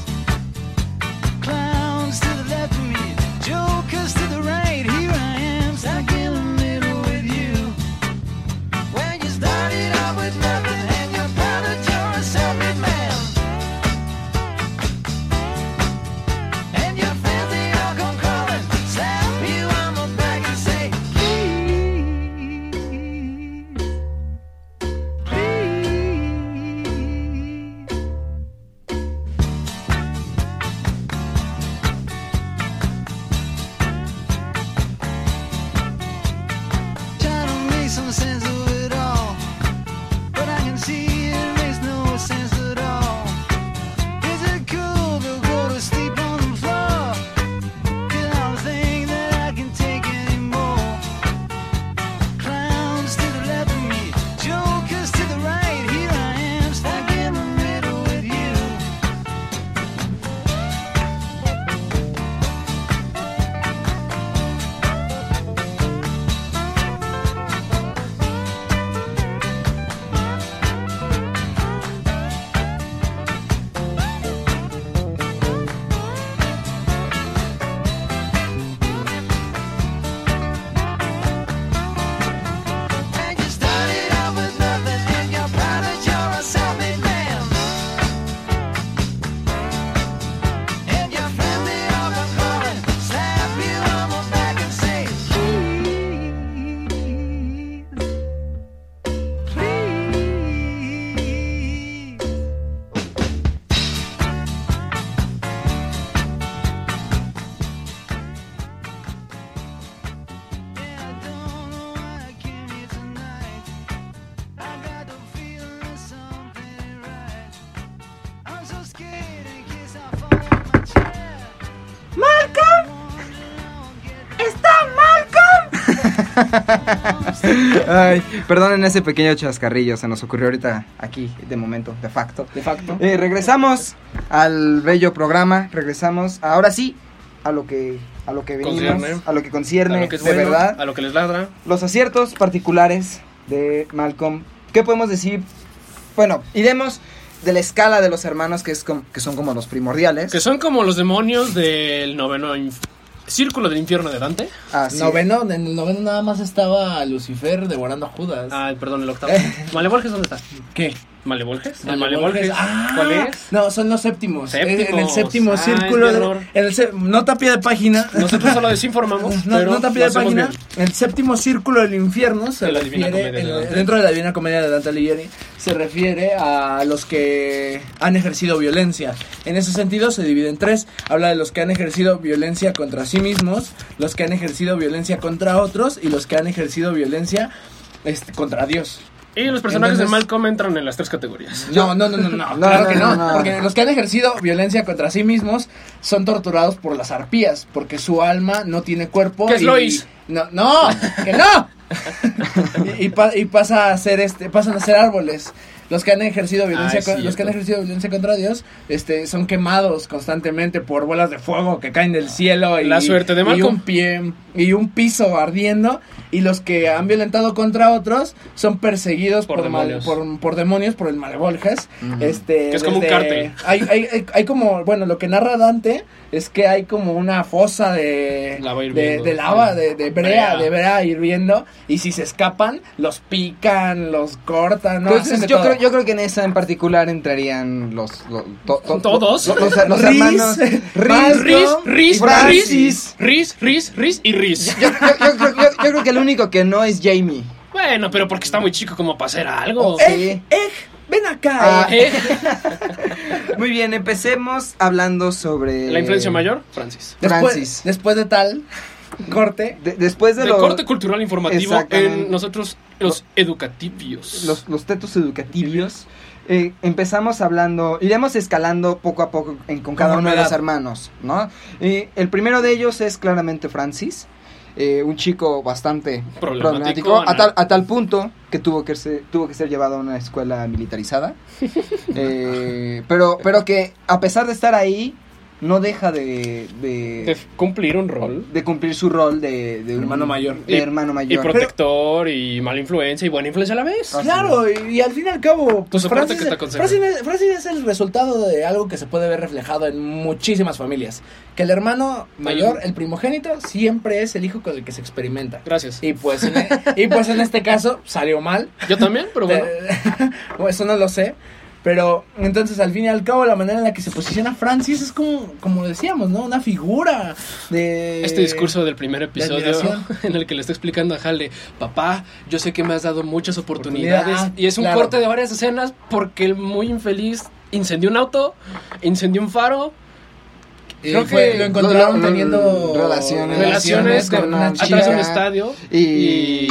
S5: Clowns to the left of me, jokers to the right. Here I am, stuck in the middle with you. When you started out with nothing and you found that you're a self-made man. And your friends they all come calling, slap you on the back and say, please, please. Try to make some sense of it all, but I can see it makes no sense at all. Is it cool to go to sleep on the floor? Cause I don't think that I can take anymore. Clowns to the left of me, jokers to the right. Here I am, stuck in the middle with you. And you started out with nothing, and you're proud that you're a self-made man. And your friends they all come calling, slap you on the back and say, please, please. Yeah, I don't know why I came here tonight. I got the feeling that something ain't right. I'm so scared in case I fall off my chair. Malcolm, está Malcolm.
S3: Ay, perdonen ese pequeño chascarrillo, se nos ocurrió ahorita aquí, de momento, de facto.
S2: De facto.
S3: Eh, regresamos al bello programa, regresamos ahora sí a lo que a lo que venimos,
S4: Concierne.
S3: a lo que concierne
S4: A lo que es
S3: de
S4: bueno,
S3: verdad,
S4: a lo que les ladra.
S3: los aciertos particulares de Malcolm. ¿Qué podemos decir? Bueno, iremos de la escala de los hermanos que es com- que son como los primordiales.
S4: Que son como los demonios del noveno inf- círculo del infierno de Dante.
S3: Así es.
S2: Noveno, en el noveno nada más estaba Lucifer devorando a Judas.
S4: Ay, perdón, el octavo. ¿Malevolges dónde está?
S2: ¿Qué?
S4: ¿Malevolges? ¿El Malevolges?
S2: Ah,
S4: ¿Cuál es?
S2: No, son los séptimos. Eh,
S4: Séptimos.
S2: En el séptimo
S4: Ah,
S2: círculo.
S4: es mi
S2: de-
S4: error.
S2: en el sé- no tapia de página.
S4: Nosotros solo desinformamos,
S2: No,
S4: pero
S2: no tapia
S4: lo
S2: de
S4: hacemos
S2: página.
S4: bien.
S2: El séptimo círculo del infierno se
S4: De la Divina
S2: refiere.
S4: Comedia de
S2: en-
S4: Dante.
S2: dentro de la Divina Comedia de Dante Alighieri se refiere a los que han ejercido violencia. En ese sentido se divide en tres. Habla de los que han ejercido violencia contra sí mismos, los que han ejercido violencia contra otros y los que han ejercido violencia este, contra Dios.
S4: Y los personajes de
S2: Entonces-
S4: Malcolm entran en las tres categorías.
S2: No, no, no, no, no,
S3: No,
S2: claro
S3: no,
S2: que
S3: no,
S2: no,
S3: no.
S2: Porque los que han ejercido violencia contra sí mismos son torturados por las arpías, porque su alma no tiene cuerpo.
S4: ¿Qué es Lois?
S2: No, no, que no. y, y pa- y pasa a ser este, pasan a ser árboles. Los que han ejercido violencia,
S4: es
S2: con- los
S4: cierto.
S2: que han ejercido violencia contra Dios, este, son quemados constantemente por bolas de fuego que caen del cielo y
S4: La suerte de
S2: y
S4: Malcolm.
S2: un pie y un piso ardiendo. Y los que han violentado contra otros son perseguidos por,
S4: Por
S2: mal-
S4: demonios.
S2: por, por demonios, por el malevolges. este,
S4: Que es como un cártel.
S2: Hay, hay, hay, hay como, bueno, lo que narra Dante es que hay como una fosa de,
S4: Lava
S2: de,
S4: hirviendo.
S2: de lava, de, de brea,
S4: Brea.
S2: de brea hirviendo. Y si se escapan, los pican, los cortan. ¿no? Hacen
S3: Entonces,
S2: de
S3: yo
S2: todo.
S3: creo, yo creo que en esa en particular entrarían los. lo- to- to-
S4: ¿Todos?
S3: Los, los- los
S2: Riz,
S3: hermanos.
S2: Malcolm,
S4: Riz, Riz,
S3: Francis.
S4: Riz, Riz, Riz, Riz y Riz.
S3: Yo, yo- yo creo, yo- yo creo que el único que no es Jamie.
S4: Bueno, pero porque está muy chico como para hacer algo.
S3: Eh,
S2: Ej,
S3: Sí.
S2: ej, ven acá.
S3: Ah,
S4: Eh,
S3: Muy bien, empecemos hablando sobre.
S4: La influencia mayor, Francis.
S2: después,
S3: Francis.
S2: después de tal corte,
S3: De- después de,
S4: De
S3: lo-
S4: corte cultural informativo
S3: Exactamente.
S4: en nosotros los educativios.
S3: los, los tetos educativios. eh, empezamos hablando, iremos escalando poco a poco en- con cada uno de
S2: Conformidad.
S3: los hermanos, ¿no? Eh, el primero de ellos es claramente Francis, eh, un chico bastante
S4: Problemático,
S3: problemático, a
S4: Ana.
S3: tal, a tal punto que tuvo que ser, tuvo que ser llevado a una escuela militarizada, eh, pero, pero que a pesar de estar ahí, no deja de, de-
S4: de cumplir un rol.
S3: de cumplir su rol de, de un-
S2: Hermano mayor.
S3: de
S4: Y-
S3: hermano
S4: Y
S3: mayor.
S4: protector y mala influencia y buena influencia a la vez.
S3: Ah,
S2: Claro, y, y al fin y al cabo, pues
S4: soporte
S2: Francis,
S4: que te aconseja.
S2: Francis es- Francis es el resultado de algo que se puede ver reflejado en muchísimas familias. Que el hermano mayor, el primogénito, siempre es el hijo con el que se experimenta.
S4: Gracias.
S2: Y pues en, y pues en este caso salió mal.
S4: Yo también, pero bueno.
S2: Bueno, Eso no lo sé. Pero entonces al fin y al cabo la manera en la que se posiciona Francis es como, como decíamos, ¿no? Una figura de...
S4: Este discurso del primer episodio
S2: admiración.
S4: en el que le está explicando a Hal de, papá, yo sé que me has dado muchas oportunidades.
S2: Oportunidad,
S4: y es un
S2: claro.
S4: corte de varias escenas porque el muy infeliz incendió un auto, incendió un faro,
S2: Y
S3: Creo
S2: fue-
S3: que
S2: lo encontraron
S3: lo- lo-
S2: teniendo
S3: relaciones-
S4: relaciones,
S3: con
S4: con-
S3: una
S4: a través de un
S3: chica.
S4: estadio
S3: Y,
S4: y...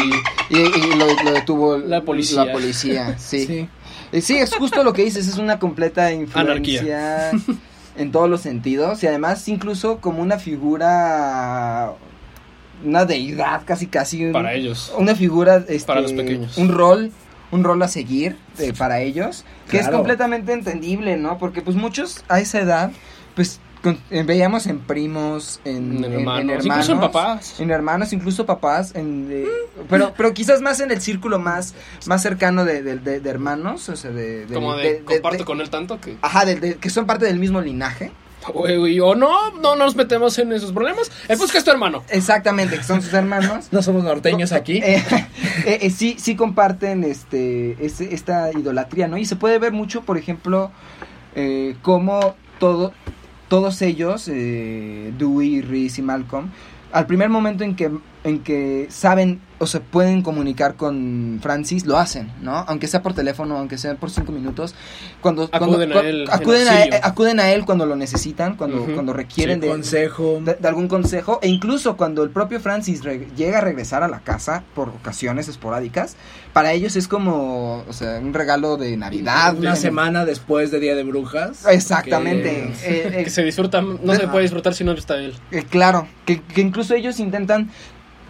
S3: y- y lo, lo detuvo
S4: La policía.
S3: la policía, sí.
S2: Sí.
S3: Eh, Sí, es justo lo que dices, es una completa influencia
S4: Anarquía.
S3: en todos los sentidos y además incluso como una figura, una deidad casi casi. un-
S4: para ellos.
S3: Una figura, este,
S4: Para los pequeños.
S3: Un rol, un rol a seguir eh, para ellos, que es
S2: Claro.
S3: completamente entendible, ¿no? Porque pues muchos a esa edad, pues con- eh, veíamos en primos, en, en-
S4: En
S3: en
S4: hermanos,
S3: hermanos,
S4: incluso en papás.
S3: en hermanos, incluso papás, en, de- pero, pero quizás más en el círculo más, más cercano de, de- de- de hermanos, o sea, de... de-
S4: Como de,
S3: de- de-
S4: comparto
S3: de-
S4: con él tanto que...
S3: Ajá, de- de- que son parte del mismo linaje.
S4: Uy, uy, O no, no nos metemos en esos problemas. El pues que es tu hermano.
S3: Exactamente, que son sus hermanos.
S2: No somos norteños aquí.
S3: Eh, eh, eh, sí, sí comparten este, ese- esta idolatría, ¿no? Y se puede ver mucho, por ejemplo, eh, cómo todo, todos ellos, eh, Dewey, Reese y Malcolm, al primer momento en que, en que saben o se pueden comunicar con Francis, lo hacen, ¿no? Aunque sea por teléfono, aunque sea por cinco minutos, cuando cuando-
S4: Acuden a
S3: cua-
S4: él en
S3: acuden, a,
S4: auxilio.
S3: acuden a él cuando lo necesitan, cuando,
S4: Ujú.
S3: cuando requieren
S2: Sí,
S3: de,
S2: consejo.
S3: de, de algún consejo e incluso cuando el propio Francis re- llega a regresar a la casa por ocasiones esporádicas, para ellos es como, o sea, un regalo de Navidad.
S2: una
S3: de-
S2: semana después de Día de Brujas.
S3: Exactamente. Eh, eh,
S4: Que se disfruta, no se puede disfrutar si no está él.
S3: eh, claro, que, que incluso ellos intentan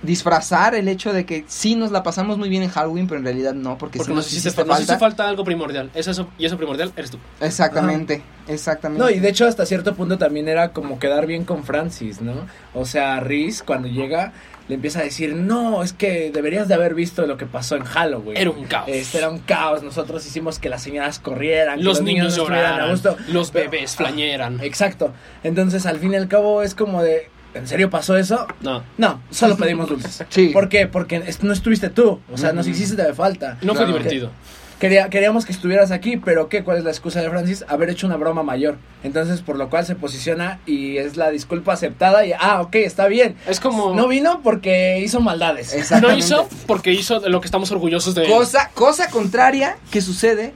S3: disfrazar el hecho de que sí nos la pasamos muy bien en Halloween, pero en realidad no, porque,
S4: Porque
S3: sí
S4: nos, hiciste, falta. nos hizo falta algo primordial. Eso, eso- y eso primordial eres tú.
S3: Exactamente, exactamente.
S2: No, y de hecho hasta cierto punto también era como quedar bien con Francis, ¿no? O sea, Riz cuando llega le empieza a decir, no, es que deberías de haber visto lo que pasó en Halloween.
S4: Era un caos.
S2: Este era un caos, nosotros hicimos que las señoras corrieran, que
S4: los, niños
S2: no estuvieran
S4: lloraran,
S2: a gusto.
S4: los
S2: Pero- eh,
S4: bebés flañeran.
S2: Exacto. Entonces al fin y al cabo es como de, ¿en serio pasó eso?
S4: No,
S2: No, solo pedimos dulces.
S3: Sí.
S2: ¿Por qué? Porque es- no estuviste tú, o sea, nos
S3: Ujú.
S2: hiciste de falta.
S4: no fue
S3: Claro.
S4: divertido.
S2: Quería- queríamos que estuvieras aquí, pero ¿qué? ¿Cuál es la excusa de Francis? Haber hecho una broma mayor. Entonces, por lo cual se posiciona y es la disculpa aceptada y, ah, ok, está bien.
S4: Es como.
S2: No vino porque hizo maldades.
S4: no
S3: Exactamente.
S4: hizo porque hizo de lo que estamos orgullosos de él.
S3: Cosa, cosa contraria que sucede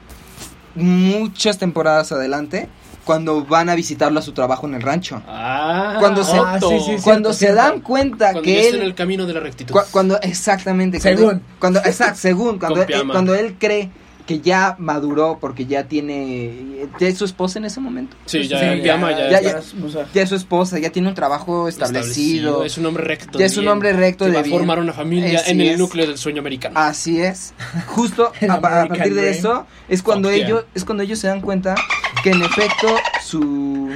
S3: muchas temporadas adelante cuando van a visitarlo a su trabajo en el rancho.
S4: Ah,
S3: Cuando se-
S2: Ah, sí, sí, sí.
S3: cuando se
S2: cierto.
S3: dan cuenta
S4: Cuando ya
S3: que
S4: está en
S3: él
S4: el camino de la rectitud.
S3: cua- cuando exactamente
S2: Según.
S3: cuando, cuando exact- según cuando
S4: Con
S3: él,
S4: pijama.
S3: cuando él cree que ya maduró porque ya tiene. ¿Ya es su esposa en ese momento?
S4: Sí, ya
S2: Sí,
S4: en pijama, ya.
S3: ya-
S4: está
S2: o sea,
S3: Ya es su esposa, ya tiene un trabajo establecido.
S4: Es un hombre recto.
S3: Ya es un
S4: bien,
S3: hombre recto
S4: que
S3: de
S4: va a
S3: bien.
S4: formar una familia
S3: Así
S4: en el
S3: es.
S4: núcleo del sueño americano.
S3: Así es. Justo
S2: El
S3: a, a
S2: American
S3: partir de
S2: Dream.
S3: eso es cuando
S4: Fuck yeah.
S3: ellos es cuando ellos se dan cuenta que en efecto su,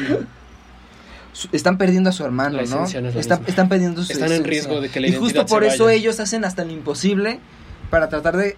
S3: su- están perdiendo a su hermano,
S4: La
S3: ¿no?
S4: esencia no es la
S3: Están-
S4: misma.
S3: están perdiendo su
S4: Están en
S3: esencia.
S4: riesgo de que la
S3: Y
S4: identidad
S3: justo por
S4: se
S3: eso
S4: vaya.
S3: ellos hacen hasta lo imposible para tratar de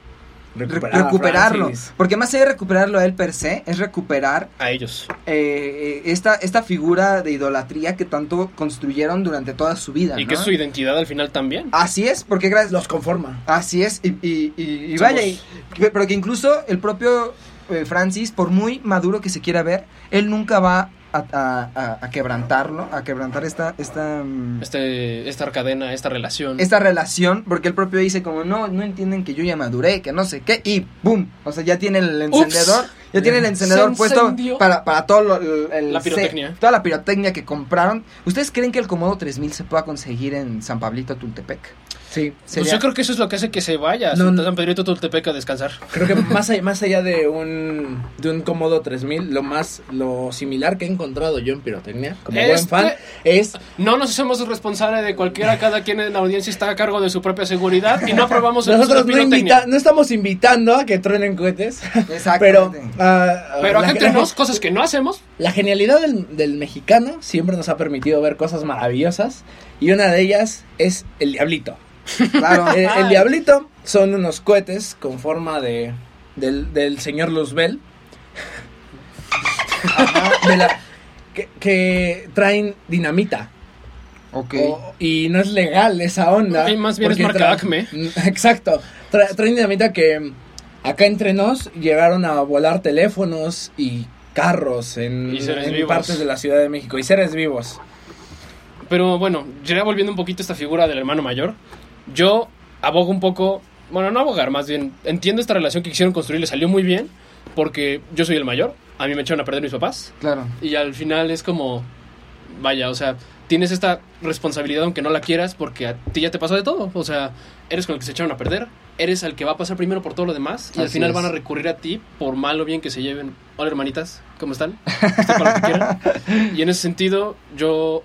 S3: re-
S2: recuperar a
S3: recuperarlo,
S2: Francis.
S3: porque más allá de recuperarlo a él per se, es recuperar
S4: A ellos.
S3: eh, eh, esta esta figura de idolatría que tanto construyeron durante toda su vida,
S4: Y
S3: ¿no?
S4: que es su identidad al final también.
S3: Así es, porque gracias
S2: Los conforma.
S3: Así es, y, y- y- y
S4: Somos-
S3: vaya, y- que- pero que incluso el propio eh, Francis, por muy maduro que se quiera ver, él nunca va a, a- a- a quebrantarlo, a quebrantar esta, esta, mm,
S4: Este, esta cadena, esta relación.
S3: esta relación, porque él propio dice como, no, no entienden que yo ya maduré, que no sé qué, y ¡boom! O sea, ya tiene el encendedor, ya tiene el encendedor
S6: Se
S3: puesto
S6: encendió.
S3: para, para todo lo- el- el-
S4: La pirotecnia.
S3: se- toda la pirotecnia que compraron. ¿Ustedes creen que el Comodo 3000 se pueda conseguir en San Pablito, Tultepec?
S2: Sí.
S4: Pues
S3: Sería-
S4: yo creo que eso es lo que hace que se vaya a
S2: No,
S4: San-
S2: no.
S4: San Pedrito Tultepec a descansar.
S2: Creo que más allá, más allá de un de un Comodo 3000, lo más lo similar que he encontrado yo en pirotecnia, como buen
S4: Este-
S2: fan, es
S4: No nos hacemos responsables de cualquiera, cada quien en la audiencia está a cargo de su propia seguridad y no aprobamos el uso de
S2: nosotros no,
S4: pirotecnia.
S2: invita- no estamos invitando a que truenen cohetes, pero
S3: Exactamente.
S2: ah,
S4: Pero
S2: la-
S4: acá entre
S2: la-
S4: nos, cosas que no hacemos,
S2: La genialidad del, del mexicano siempre nos ha permitido ver cosas maravillosas y una de ellas es el diablito.
S3: claro.
S2: El, el diablito son unos cohetes con forma de del, del señor Luzbel de la- que, que traen dinamita
S3: Ok.
S2: O- y no es legal esa onda.
S4: Y más bien es
S2: porque
S4: marca
S2: tra-
S4: Acme.
S2: Mm, Exacto. Tra- traen dinamita que mm, acá entre nos llegaron a volar teléfonos y carros en,
S4: Y seres
S2: en
S4: vivos.
S2: partes de la Ciudad de México y seres vivos.
S4: Pero bueno, ya volviendo un poquito a esta figura del hermano mayor, yo abogo un poco, bueno, no abogar, más bien entiendo esta relación que quisieron construir, le salió muy bien, porque yo soy el mayor, a mí me echaron a perder mis papás,
S3: Claro.
S4: y al final es como, vaya, o sea, tienes esta responsabilidad aunque no la quieras, porque a ti ya te pasó de todo, o sea, eres con el que se echaron a perder, eres el que va a pasar primero por todo lo demás, y al
S3: Así
S4: final
S3: es.
S4: van a recurrir a ti, por mal o bien que se lleven. Hola hermanitas, ¿cómo están? Estoy para lo que quieran. Y en ese sentido, yo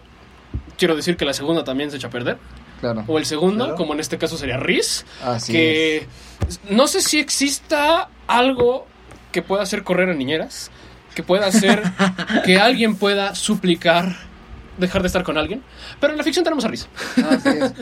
S4: quiero decir que la segunda también se echa a perder.
S3: Claro.
S4: O el segundo,
S2: Claro.
S4: como en este caso sería Riz,
S3: Así
S4: que no sé si exista algo que pueda hacer correr a niñeras, que pueda hacer que alguien pueda suplicar dejar de estar con alguien, pero en la ficción tenemos a Riz,
S3: es. Así es.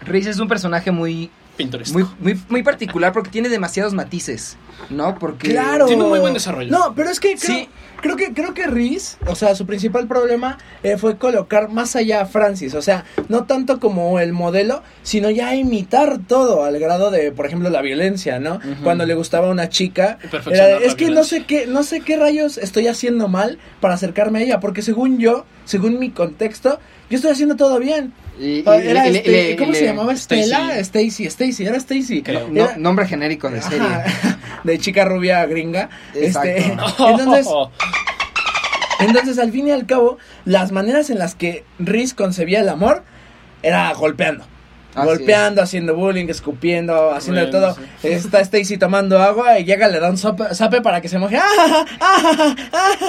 S3: Reese es un personaje muy,
S4: pintoresco.
S3: muy, muy, muy particular porque tiene demasiados matices, ¿no? Porque.
S2: Claro.
S4: Tiene un muy buen desarrollo.
S2: No, pero es que creo,
S3: Sí.
S2: creo que creo que Riz, o sea, su principal problema eh, fue colocar más allá a Francis, o sea, no tanto como el modelo, sino ya imitar todo al grado de, por ejemplo, la violencia, ¿no? Cuando le gustaba una chica,
S4: Perfeccionar
S2: era de,
S4: la
S2: es que no
S4: violencia".
S2: sé qué, no sé qué rayos estoy haciendo mal para acercarme a ella, porque según yo, según mi contexto, yo estoy haciendo todo bien.
S3: Y- y-
S2: Era
S3: y- y-
S2: este-
S3: y-
S2: ¿Cómo
S3: y-
S2: se llamaba
S4: Stacy.
S2: Estela? Stacy, Stacy, era Stacy.
S4: Creo.
S3: No-
S2: Era-
S3: nombre genérico de serie.
S2: Ajá, de chica rubia gringa.
S3: Exacto.
S2: Este, entonces, entonces, al fin y al cabo, las maneras en las que Riz concebía el amor era golpeando.
S3: Así
S2: golpeando, haciendo bullying, escupiendo, haciendo de todo.
S4: Bueno,
S2: Está Stacy tomando agua y llega, le da un sope- zape para que se moje. ¡Ah, ah, ah,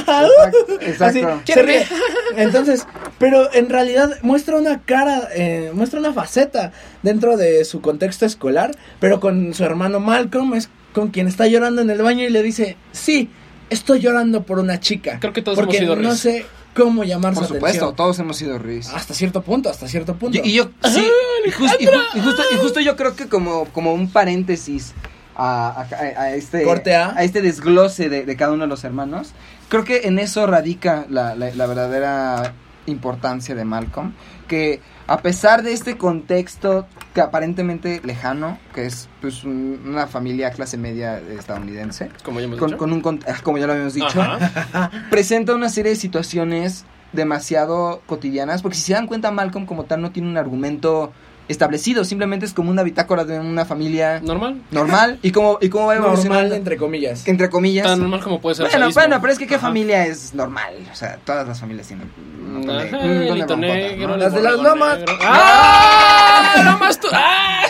S2: ah, uh!
S3: Exacto,
S2: Así,
S3: exacto.
S2: se ríe. Entonces, pero en realidad muestra una cara, eh, muestra una faceta dentro de su contexto escolar, pero con su hermano Malcolm es con quien está llorando en el baño y le dice, sí, estoy llorando por una chica.
S4: Creo que todos
S2: porque
S4: hemos sido
S2: no
S4: Riz.
S2: sé cómo llamar
S3: Por
S2: su
S3: supuesto,
S2: atención.
S3: todos hemos sido Reese.
S2: Hasta cierto punto, hasta cierto punto.
S3: Yo- y yo, sí, y, jus- y ju- y justo, y justo yo creo que como, como un paréntesis a, a- a- a este,
S2: Corte A.
S3: este desglose de, de cada uno de los hermanos, creo que en eso radica la, la- la verdadera importancia de Malcolm, que a pesar de este contexto que aparentemente lejano, que es pues, un- una familia clase media estadounidense,
S4: como ya hemos
S3: con,
S4: dicho.
S3: con un, cont- ah, como ya lo habíamos dicho,
S4: Ajá.
S3: presenta una serie de situaciones demasiado cotidianas, porque si se dan cuenta, Malcolm como tal no tiene un argumento establecido, simplemente es como una bitácora de una familia
S4: Normal.
S3: normal y cómo y cómo va
S2: normal,
S3: evolucionando
S2: entre comillas.
S3: entre comillas.
S4: Tan normal como puede ser. el
S3: bueno,
S4: sadismo.
S3: bueno, pero es que qué
S4: Ajá.
S3: familia es normal, o sea, todas las familias tienen un montón de- un
S4: Ajá,
S3: montón de
S4: el hito
S3: broncotas,
S4: negro,
S3: ¿no?
S4: el
S2: Las de las
S4: borrego
S2: lomas.
S4: negro. ¡Ah! ¡Lomas tú! ¡Ah!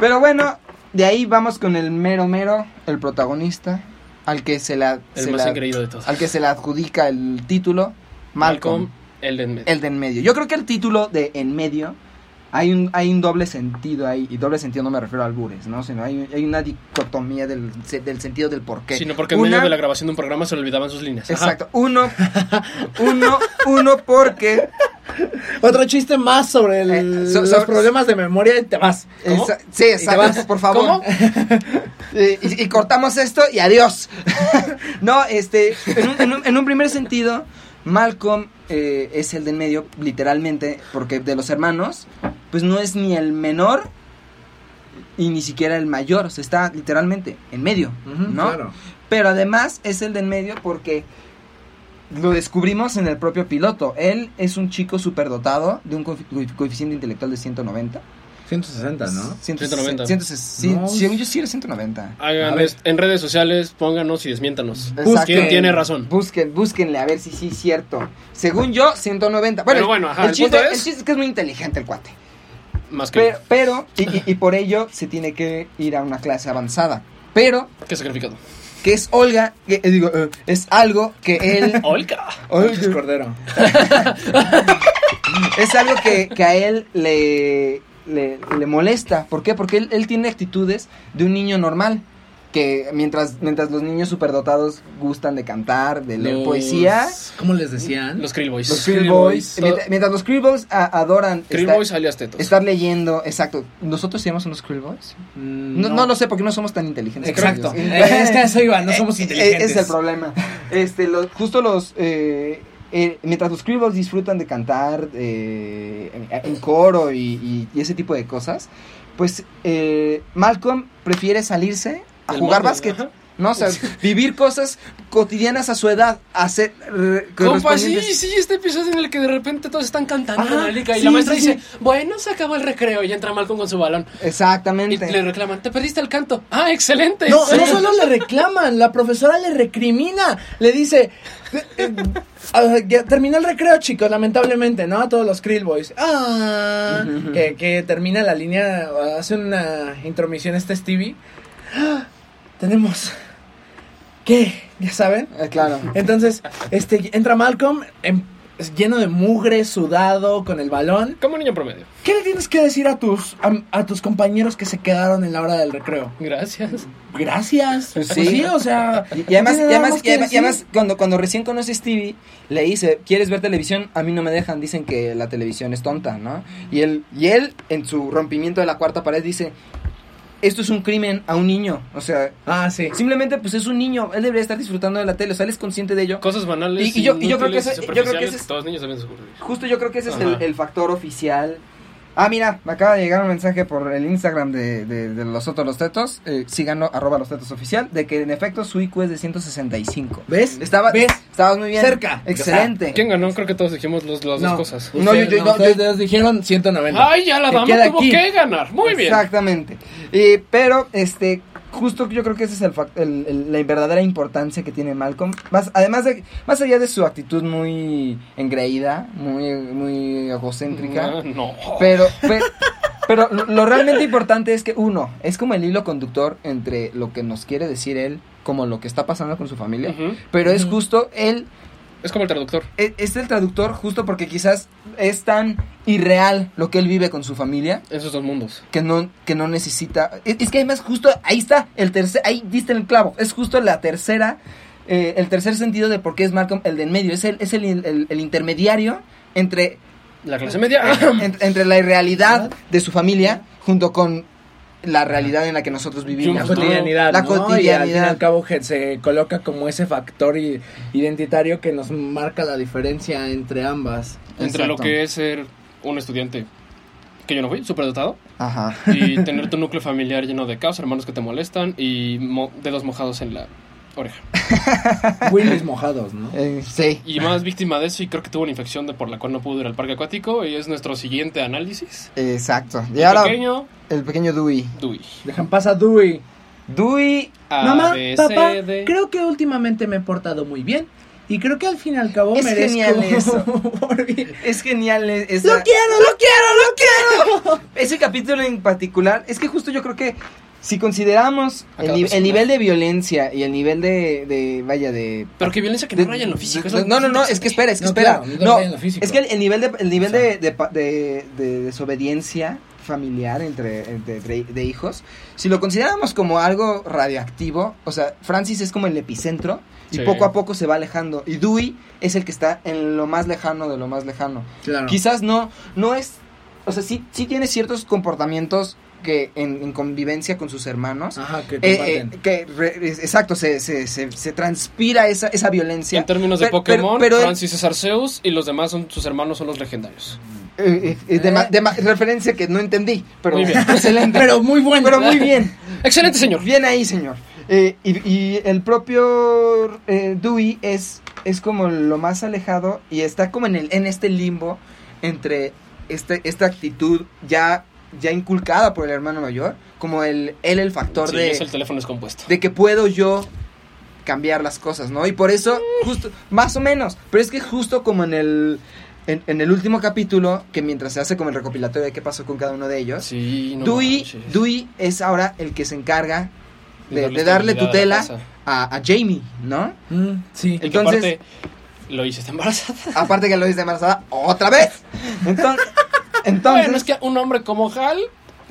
S3: Pero bueno, de ahí vamos con el mero mero, el protagonista, al que se la,
S4: El
S3: se
S4: más
S3: la-
S4: increíble de todos.
S3: al que se le adjudica el título, Malcolm,
S4: el de en medio.
S3: el de en medio. Yo creo que el título de en medio hay un hay un doble sentido ahí y doble sentido no me refiero a albures, ¿no? Sino hay, hay una dicotomía del, se- del sentido del porqué.
S4: Sino porque en
S3: Una-
S4: medio de la grabación de un programa se le olvidaban sus líneas. Ajá.
S3: Exacto, uno, uno, uno porque
S2: Otro chiste más sobre el-
S3: Eh, so-
S2: los
S3: sobre-
S2: problemas de memoria y te vas. ¿Cómo?
S3: Esa- sí,
S2: vas.
S3: exacto, por favor.
S2: ¿Cómo?
S3: Eh, y, y cortamos esto y adiós. no, este, en un, en un- en un primer sentido, Malcolm eh, es el del medio, literalmente, porque de los hermanos, pues no es ni el menor y ni siquiera el mayor, o sea, está literalmente en medio,
S2: Ujú,
S3: ¿no?
S2: Claro.
S3: Pero además es el del medio porque lo descubrimos en el propio piloto. Él es un chico superdotado de un coefi- coeficiente intelectual de 190.
S2: 160, ¿no?
S4: 190.
S3: 160, sí,
S2: No.
S3: según yo sí era 190.
S4: Hagan
S2: A ver.
S4: est- en redes sociales, pónganos y desmiéntanos.
S3: Exacto.
S4: ¿Quién tiene razón?
S3: Busquen, búsquenle a ver si sí es cierto. Según yo, 190. Bueno,
S4: Pero bueno, ajá,
S3: el,
S4: el
S3: chiste,
S4: punto es-
S3: el chiste es que es muy inteligente el cuate.
S4: Más que
S3: Pero, pero y, y- y por ello se tiene que ir a una clase avanzada. Pero,
S4: ¿Qué sacrificado?
S3: que es Olga, que, eh, digo, eh, es algo que él...
S4: ¡Olca!
S2: Sánchez Cordero.
S3: es algo que, que a él le, le, le molesta. ¿Por qué? Porque él, él tiene actitudes de un niño normal. Que mientras, mientras los niños superdotados gustan de cantar, de leer
S4: Los-
S3: poesía,
S2: ¿Cómo les decían?
S4: Los Krill Boys.
S3: los Krill Boys,
S4: Todo-
S3: mientras, mientras los Krill Boys a- adoran
S4: Krill
S3: estar,
S4: Boys alias Tetos.
S3: estar leyendo, exacto. ¿Nosotros llamamos unos Krill Boys?
S2: Mm,
S3: No, no lo sé porque no somos tan inteligentes.
S2: Exacto.
S3: creo yo.
S2: Eh, Es que a eso iba, no somos
S3: Eh, eh,
S2: inteligentes.
S3: Es el problema. Este, los- justo los. eh, eh, mientras los Scribbles disfrutan de cantar eh, en, en coro y, y- y ese tipo de cosas, pues eh, Malcolm prefiere salirse a
S4: Del
S3: jugar
S4: mundo,
S3: básquet.
S4: ajá.
S3: ¿no? O sea, vivir cosas cotidianas a su edad, hacer. re-
S4: Compa, sí,
S3: correspondientes-
S4: sí, este episodio en el que de repente todos están cantando,
S2: Ajá,
S4: marica, y
S2: sí,
S4: la maestra
S2: sí,
S4: dice,
S2: sí.
S4: bueno, se acabó el recreo, y entra Malcolm con su balón. Y
S3: Exactamente.
S4: le reclaman, te perdiste el canto. ¡Ah, excelente!
S2: No,
S4: Sí.
S2: no solo le reclaman, la profesora le recrimina, le dice, eh, eh, ah, ya terminó el recreo, chicos, lamentablemente, ¿no? A todos los Krill Boys. Ah, que, que termina la línea, hace una intromisión este Stevie. Ah, tenemos, ¿qué? Ya saben.
S3: Eh, claro.
S2: Entonces, este, entra Malcolm em- lleno de mugre, sudado, con el balón.
S4: Como niño promedio.
S2: ¿Qué le tienes que decir a tus, a- a tus compañeros que se quedaron en la hora del recreo?
S4: Gracias.
S2: Gracias.
S3: Pues sí.
S2: sí. o sea.
S3: Y, y además,
S2: no tiene
S3: y
S2: nada
S3: además,
S2: más que
S3: y además, y
S2: decir.
S3: además, cuando, cuando recién conoce a Stevie, le dice, ¿quieres ver televisión? A mí no me dejan, dicen que la televisión es tonta, ¿no? Y él, y él en su rompimiento de la cuarta pared, dice, esto es un crimen a un niño. O sea,
S2: Ah, sí.
S3: simplemente pues es un niño, él debería estar disfrutando de la tele, o sea, él es consciente de ello.
S4: Cosas banales
S3: Y- y yo- y yo creo que
S4: inútiles y
S3: eso- yo creo que
S4: superficiales
S3: ese es-
S4: todos los niños deben sufrir.
S3: Justo yo creo que ese es
S4: Ajá.
S3: el, el factor oficial. Ah, mira, me acaba de llegar un mensaje por el Instagram de, de- de los otros los tetos. Eh, síganlo, arroba los tetos oficial, de que en efecto su IQ es de 165.
S2: ¿Ves?
S3: Estaba,
S2: ¿Ves?
S3: Estabas muy bien.
S2: Cerca.
S3: Excelente.
S4: ¿Quién ganó? Creo que todos dijimos los- las dos cosas.
S2: No, yo, yo,
S3: no,
S2: ustedes
S3: yo- Ah,
S2: dos dijeron 190.
S4: ¡Ay, ya la
S2: Te
S4: dama
S2: queda
S4: tuvo
S2: aquí.
S4: que ganar! Muy bien.
S3: Exactamente. Y, pero, este, justo yo creo que esa es el, fac- el- el- la verdadera importancia que tiene Malcolm. Más, además de, más allá de su actitud muy engreída, muy, muy egocéntrica.
S4: Ah, No.
S3: Pero, pe- pero, lo, lo realmente importante es que uno, es como el hilo conductor entre lo que nos quiere decir él, como lo que está pasando con su familia.
S4: Ujú.
S3: Pero es
S2: Ujú.
S3: justo él
S4: Es como el traductor.
S3: e- es el traductor justo porque quizás es tan irreal lo que él vive con su familia
S4: Esos dos mundos.
S3: que no que no necesita e, es, es que además justo ahí está el tercer ahí diste en el clavo es justo la tercera eh, el tercer sentido de por qué es Malcolm el del medio es el es el, el- el intermediario entre
S4: La clase media.
S3: en- entre la irrealidad de su familia junto con la realidad en la que nosotros
S2: La
S3: vivimos ¿no?
S2: cotidianidad.
S3: la
S2: ¿no? Y al fin y al
S3: cotidianidad
S2: cabo je- se coloca como ese factor i- identitario que nos marca la diferencia entre ambas.
S4: entre lo
S3: Exacto.
S4: que es ser un estudiante que yo no fui, superdotado,
S3: ajá
S4: y tener tu núcleo familiar lleno de caos, hermanos que te molestan y mo- dedos mojados en la oreja.
S2: Willis mojados, ¿no?
S3: Eh, sí
S4: Y más víctima de eso, y creo que tuvo una infección de por la cual no pudo ir al parque acuático, y es nuestro siguiente análisis.
S3: exacto y
S4: El
S3: ahora
S4: pequeño
S3: el pequeño Dewey
S4: Dewey.
S2: Dejan pasar a Dewey.
S3: Dewey
S4: A,
S2: Mamá,
S4: B, C,
S2: papá,
S4: D.
S2: creo que últimamente me he portado muy bien. Y creo que al fin y al cabo
S3: Es
S2: merezco.
S3: genial eso.
S2: volver.
S3: Es genial e- esa-
S2: ¡Lo quiero, lo quiero, lo quiero!
S3: ese capítulo en particular. Es que justo yo creo que si consideramos
S4: Acabas
S3: el, ni-
S4: de
S3: el
S4: sonar.
S3: nivel de violencia y el nivel de, de vaya, de...
S4: Pero que violencia que
S3: de-
S4: no raya en lo
S3: de-
S4: físico. eso-
S3: no, no, no, es que espera, es que
S2: No,
S3: espera.
S2: claro, no
S3: no,
S2: raya en lo físico.
S3: es que el, el nivel, de, el nivel
S2: O sea.
S3: de, de pa- de- de desobediencia familiar entre, entre- entre- de hijos, si lo consideramos como algo radioactivo, o sea, Francis es como el epicentro y
S4: Sí.
S3: poco a poco se va alejando. Y Dewey es el que está en lo más lejano de lo más lejano.
S2: Claro.
S3: Quizás no, no es, o sea, sí, sí tiene ciertos comportamientos que en, en convivencia con sus hermanos.
S2: Ajá, Ah, que
S3: eh,
S2: comparten.
S3: eh, que re- es- exacto, se, se, se, se transpira esa, esa violencia.
S4: En términos de
S3: Pero- pero-
S4: Pokémon,
S3: pero él-
S4: Francis es Arceus y los demás son sus hermanos son los legendarios.
S3: Eh, eh, de ma- de ma- referencia que no entendí, pero
S4: Muy bien.
S3: excelente. pero,
S2: Pero muy bueno.
S3: muy bien,
S4: Excelente, señor.
S3: bien ahí, señor. Eh, y, y el propio eh, Dewey es, es como lo más alejado y está como en, el, en este limbo entre este, esta actitud ya, ya inculcada por el hermano mayor, como el, él el factor
S4: Sí,
S3: de,
S4: es el teléfono descompuesto.
S3: de que puedo yo cambiar las cosas, ¿no? Y por eso, justo, más o menos, pero es que justo como en el, en, en el último capítulo, que mientras se hace como el recopilatorio de qué pasó con cada uno de ellos,
S4: Sí, no
S3: Dewey,
S4: manches.
S3: Dewey es ahora el que se encarga
S4: De
S3: de,
S4: darle
S3: de darle
S4: estabilidad a
S3: tutela
S4: la casa.
S3: a, a Jamie, ¿no?
S2: Mm, sí.
S4: Y que
S3: Entonces-
S4: aparte, lo hice está embarazada.
S3: Aparte que lo dice embarazada otra vez. Entonces, entonces
S4: Bueno, es que un hombre como Hal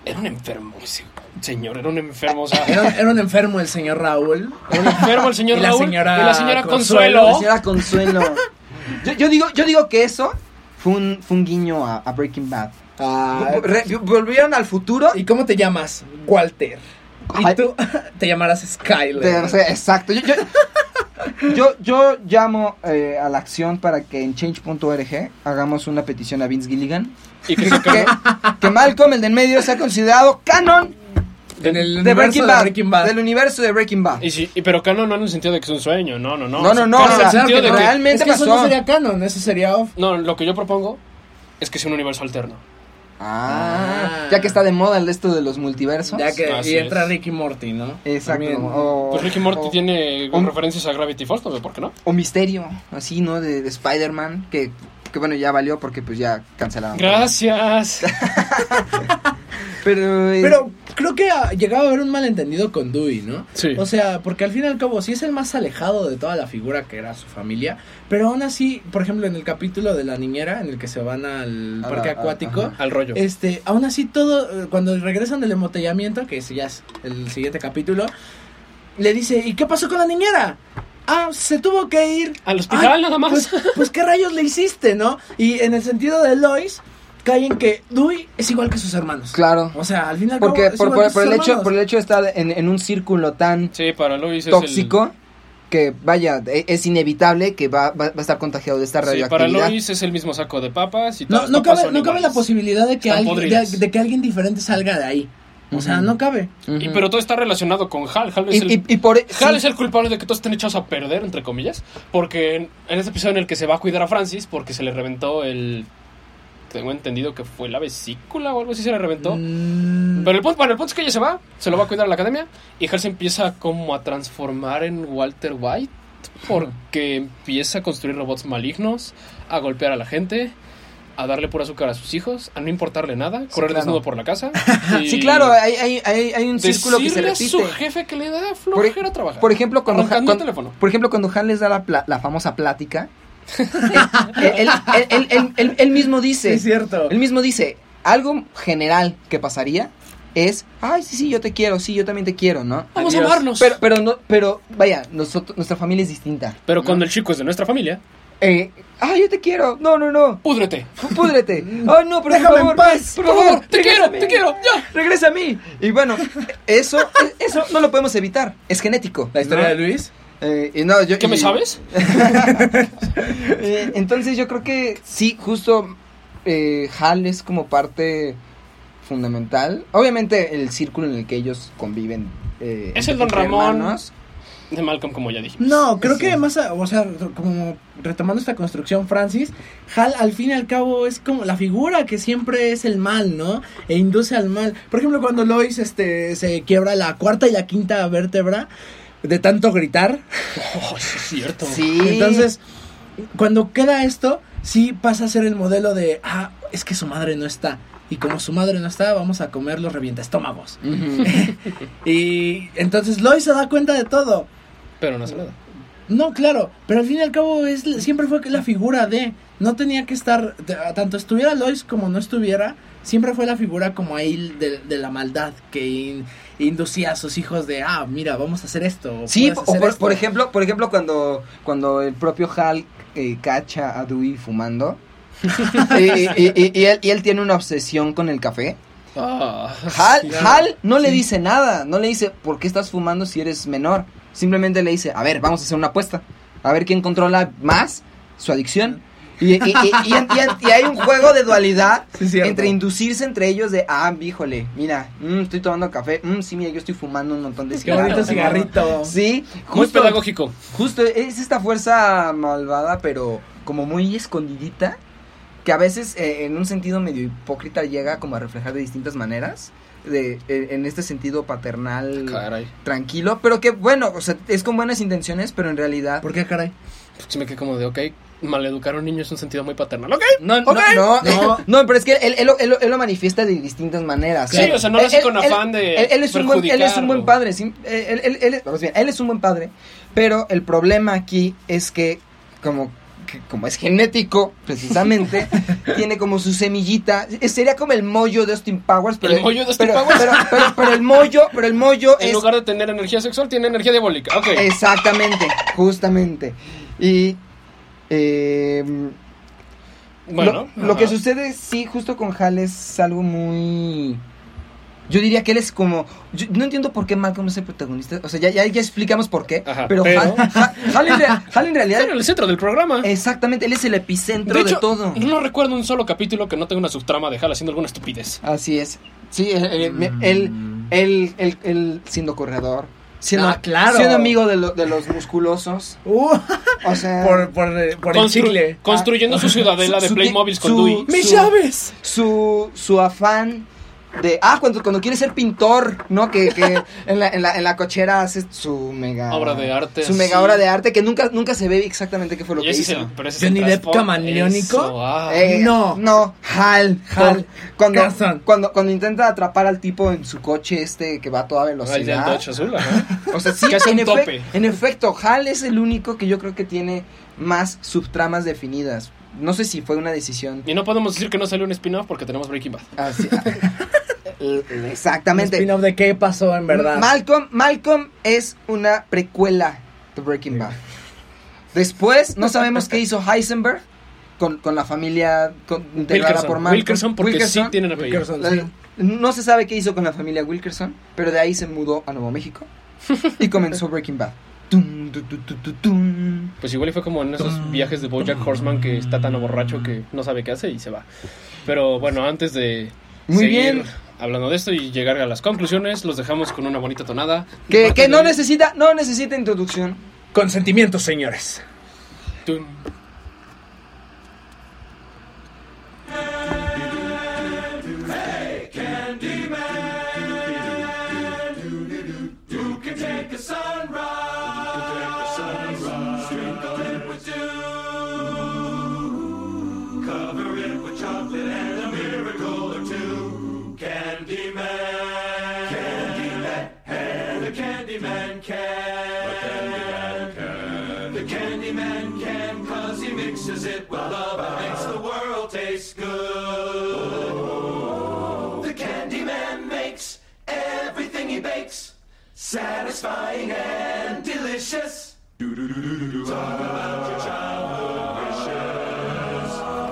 S4: era un enfermo, ese señor, era un enfermo, o sea,
S2: Era, un- era un enfermo el señor Raúl.
S4: era un enfermo el señor
S2: Y la
S4: Raúl
S2: señora
S4: y la señora
S2: Consuelo.
S4: Consuelo.
S3: la señora Consuelo. Yo, yo digo, yo digo que eso fue un, fue un guiño a- a Breaking Bad.
S4: Ah,
S3: Re- volvieron al futuro
S2: ¿Y cómo te llamas? Walter.
S3: Ay.
S2: Y tú te llamarás
S3: Te-
S2: Skyler.
S3: o sea, exacto. Yo, yo- yo- yo llamo eh, a la acción para que en change.org hagamos una petición a Vince Gilligan.
S4: Y que se
S3: Que,
S4: ca-
S3: que Malcolm, el del medio, sea considerado canon
S2: En el
S3: de
S2: universo
S3: Breaking, Bad,
S2: de Breaking Bad.
S3: Del universo de Breaking Bad.
S4: y sí, y- pero canon no en el sentido de que es un sueño, no, no, no.
S3: No, no, no, o
S4: Canon en
S3: sea,
S4: el sentido
S3: claro que
S4: de que-
S3: realmente
S2: es que eso
S3: pasó.
S2: no sería canon, eso sería off.
S4: No, lo que yo propongo es que sea un universo alterno.
S3: Ah, ya que está de moda el de esto de los multiversos.
S2: Ya que
S4: Así
S2: y entra
S4: es.
S2: Ricky Morty, ¿no?
S3: Exacto.
S2: También.
S3: O,
S4: Pues Ricky Morty
S3: o-
S4: tiene
S3: Oh, un-
S4: referencias a Gravity Falls, ¿no? ¿por qué no?
S3: o misterio, así, ¿no? De, de Spider-Man, que, que bueno, ya valió porque pues ya cancelaron.
S4: Gracias.
S3: Pero, eh,
S2: Pero creo que ah, llegaba a haber un malentendido con Dewey, ¿no?
S4: Sí.
S2: O sea, porque al fin y al cabo sí es el más alejado de toda la figura que era su familia, pero aún así, por ejemplo, en el capítulo de la niñera, en el que se van al
S3: A la-
S2: parque
S3: a-
S2: acuático,
S3: ajá.
S4: Al rollo.
S2: este, aún así todo, eh, cuando regresan del embotellamiento, que ese ya es el siguiente capítulo, le dice, ¿y qué pasó con la niñera? Ah, se tuvo que ir.
S4: Al hospital
S2: Ay,
S4: nada más.
S2: Pues, pues, qué rayos le hiciste, ¿no? Y en el sentido de Lois, cae en que Dewey es igual que sus hermanos.
S3: claro.
S2: O sea, al final
S3: Porque por, por- por el hecho, por el hecho de estar en, en un círculo tan
S4: Sí, para Luis es
S3: tóxico, que vaya, e- es inevitable que va, va- va a estar contagiado de esta
S4: el... Sí, para
S3: radioactividad.
S4: Lois es el mismo saco de papas y
S2: No,
S4: todas
S2: no
S4: las papas
S2: cabe,
S4: son
S2: no cabe la
S4: iguales.
S2: posibilidad de que,
S4: Están
S2: alguien, de,
S4: podridas.
S2: de que alguien diferente salga de ahí. O sea,
S3: Ujú.
S2: no cabe.
S3: Ujú.
S4: Y, pero todo está relacionado con Hal. Hal es el
S3: Y- y- y por e,
S4: Hal
S3: sí,
S4: es el culpable de que todos estén echados a perder, entre comillas, porque en, en este episodio en el que se va a cuidar a Francis, porque se le reventó el... Tengo entendido que fue la vesícula o algo así se le reventó.
S2: Mm,
S4: Pero el punto, bueno, el punto es que ella se va, se lo va a cuidar a la academia, y Hal se empieza como a transformar en Walter White, porque empieza a construir robots malignos, a golpear a la gente, a darle pura azúcar a sus hijos, a no importarle nada, correr
S3: claro.
S4: desnudo por la casa. y
S3: sí, claro, hay, hay- hay- hay un círculo que se
S4: decirle a su
S3: repite.
S4: jefe que le da flojera
S3: e-
S4: trabajar.
S3: por ejemplo, cuando Han,
S4: Arrancando el
S3: cuando-
S4: teléfono.
S3: por ejemplo, cuando Han les da la, pla- la famosa plática, eh, él, él- él- él- él- él- él mismo
S2: sí,
S3: dice,
S2: es cierto.
S3: Él mismo dice, algo general que pasaría es, ay, sí, sí, yo te quiero, sí, yo también te quiero, ¿no?
S4: Vamos
S2: Adiós.
S4: a amarnos.
S3: Pero, pero, no, pero vaya, nosotros, nuestra familia es distinta.
S4: Pero cuando el chico es de nuestra familia,
S3: Eh, ay, yo te quiero, no, no, no,
S4: púdrete.
S3: púdrete. Ay, no, pero
S2: Déjame
S3: por favor,
S2: en paz,
S3: por
S4: Por
S3: favor,
S4: favor, te quiero,
S3: regrésame,
S4: te quiero, ya.
S3: Regresa a mí. Y bueno, eso, eso no lo podemos evitar. Es genético.
S2: La
S3: ¿no?
S2: historia de Luis.
S3: Eh, y no, yo-
S4: ¿Qué me
S3: y-
S4: sabes?
S3: Eh, entonces yo creo que sí, justo eh, Hal es como parte fundamental. Obviamente el círculo en el que ellos conviven. eh,
S4: Es el Don
S3: entre
S4: Ramón.
S3: hermanos.
S4: De Malcolm, como ya dije.
S2: No, creo
S3: Sí.
S2: que más, a- o sea, como retomando esta construcción, Francis, Hal al fin y al cabo es como la figura que siempre es el mal, ¿no? E induce al mal. Por ejemplo, cuando Lois este, se quiebra la cuarta y la quinta vértebra de tanto gritar,
S4: Oh, sí es cierto.
S3: Sí.
S2: Entonces, cuando queda esto, sí pasa a ser el modelo de, ah, es que su madre no está. Y como su madre no está, vamos a comer los revientaestómagos. y entonces Lois se da cuenta de todo.
S4: Pero no hace nada.
S2: No, claro, pero al fin y al cabo es, siempre fue la figura de, no tenía que estar, t- tanto estuviera Lois como no estuviera, siempre fue la figura como ahí de, de la maldad que in- inducía a sus hijos de, ah, mira, vamos a hacer esto.
S3: Sí,
S2: puedes
S3: o
S2: hacer
S3: por,
S2: esto".
S3: por ejemplo, por ejemplo cuando, cuando el propio Hulk eh, cacha a Dewey fumando y, y- y- y él, y él tiene una obsesión con el café.
S4: Ah,
S3: Hal,
S4: sí.
S3: Hal no le dice nada, no le dice por qué estás fumando si eres menor. Simplemente le dice, a ver, vamos a hacer una apuesta, a ver quién controla más su adicción. Y, y- y- y- y- y hay un juego de dualidad
S2: Sí, cierto.
S3: entre inducirse entre ellos de, ah, híjole, mira, mm, estoy tomando café, mm, sí, mira, yo estoy fumando un montón de
S2: Qué bonito
S3: cigarrillos.
S2: cigarrito.
S3: Sí,
S4: Muy
S3: justo,
S4: pedagógico.
S3: Justo, es esta fuerza malvada, pero como muy escondidita, que a veces eh, en un sentido medio hipócrita llega como a reflejar de distintas maneras, de, eh, en este sentido paternal,
S4: Caray.
S3: tranquilo, pero que bueno, o sea, es con buenas intenciones, pero en realidad...
S2: ¿Por qué, caray?
S4: Se me quedé como de, ok, maleducar a un niño es un sentido muy paternal. Ok.
S3: No,
S4: Ok.
S3: no, no,
S2: No.
S3: no, pero es que él, él lo- él lo- él lo manifiesta de distintas maneras.
S4: Sí, o sea, no lo hace con afán de
S3: Él, él es un buen, él es un buen
S4: perjudicarlo.
S3: padre, sí, él, él- él- vamos bien, él es un buen padre, pero el problema aquí es que, como, que como es genético, precisamente, tiene como su semillita, eh, sería como el mollo de Austin Powers, pero...
S4: El mollo de Austin
S3: pero,
S4: Powers.
S3: Pero, pero- pero el mollo, pero el mollo
S4: En
S3: es...
S4: lugar de tener energía sexual, tiene energía diabólica. Ok.
S3: Exactamente, justamente. Y... Eh,
S4: bueno.
S3: lo, lo que
S4: ajá.
S3: sucede, sí, justo con Hal es algo muy... Yo diría que él es como... yo no entiendo por qué Malcolm es el protagonista. O sea, ya, ya, ya explicamos por qué.
S4: Ajá,
S3: pero
S4: pero-
S3: Hal, Ha- Hal en rea- Hal en realidad...
S4: Era el centro del programa.
S3: Exactamente, él es el epicentro de,
S4: hecho,
S3: todo.
S4: no recuerdo un solo capítulo que no tenga una subtrama de Hal haciendo alguna estupidez.
S3: Así es. Sí, eh, eh, me- él, él, él, él siendo corredor. Siendo,
S2: Ah, claro.
S3: siendo amigo de, lo- de los musculosos.
S2: Uh,
S3: O sea...
S2: por por, eh, por el
S4: Constru-
S2: chicle.
S4: Construyendo su ciudadela
S3: ah, Su-
S4: de
S3: su-
S4: Playmobil con
S3: su-
S4: Dewey.
S3: ¡Mis
S2: llaves!
S3: su, su afán de, ah, cuando, cuando quiere ser pintor, ¿no? Que, que en, la, en, la, en la cochera hace su mega...
S4: Obra de arte,
S3: Su mega
S4: sí.
S3: obra de arte que nunca, nunca se ve exactamente qué fue lo
S4: Y
S3: que
S4: ese es
S3: hizo.
S4: el- pero ese es el
S2: Johnny Depp
S4: trasfondo.
S2: camaleónico.
S4: Eso, ah.
S3: Eh,
S2: No.
S3: No, Hal.
S2: Hal.
S3: Cuando,
S2: Carson.
S3: cuando, cuando intenta atrapar al tipo en su coche este que va a toda
S4: Ah, el del
S3: velocidad.
S4: Dodge Azul, ajá.
S3: O sea, sí,
S4: Que hace
S3: en,
S4: un
S3: efe-
S4: tope.
S3: en efecto, Hal es el único que yo creo que tiene más subtramas definidas. No sé si fue una decisión
S4: Y no podemos decir que no salió un spin-off porque tenemos Breaking Bad.
S3: así. eh,
S2: Un
S3: Exactamente.
S2: spin-off de qué pasó en verdad.
S3: Malcolm, Malcolm es una precuela de Breaking Bad. Después, no sabemos qué hizo Heisenberg con, con la familia con- integrada
S4: Wilkerson,
S3: por Malcolm.
S4: Wilkerson porque
S3: Wilkerson.
S4: sí tienen apellido.
S2: Wilkerson,
S3: La-
S2: sí.
S3: No se sabe qué hizo con la familia Wilkerson, pero de ahí se mudó a Nuevo México y comenzó Breaking Bad. Tum, tu, tu, tu, tu, tum.
S4: Pues igual y fue como en esos viajes de Bojack Horseman que está tan borracho que no sabe qué hace y se va. Pero bueno, antes de
S3: Muy
S4: seguir
S3: bien.
S4: hablando de esto y llegar a las conclusiones, los dejamos con una bonita tonada. De
S3: Que,
S4: parte
S3: que no
S4: de-
S3: necesita, no necesita introducción.
S2: Consentimientos, señores.
S4: Tun.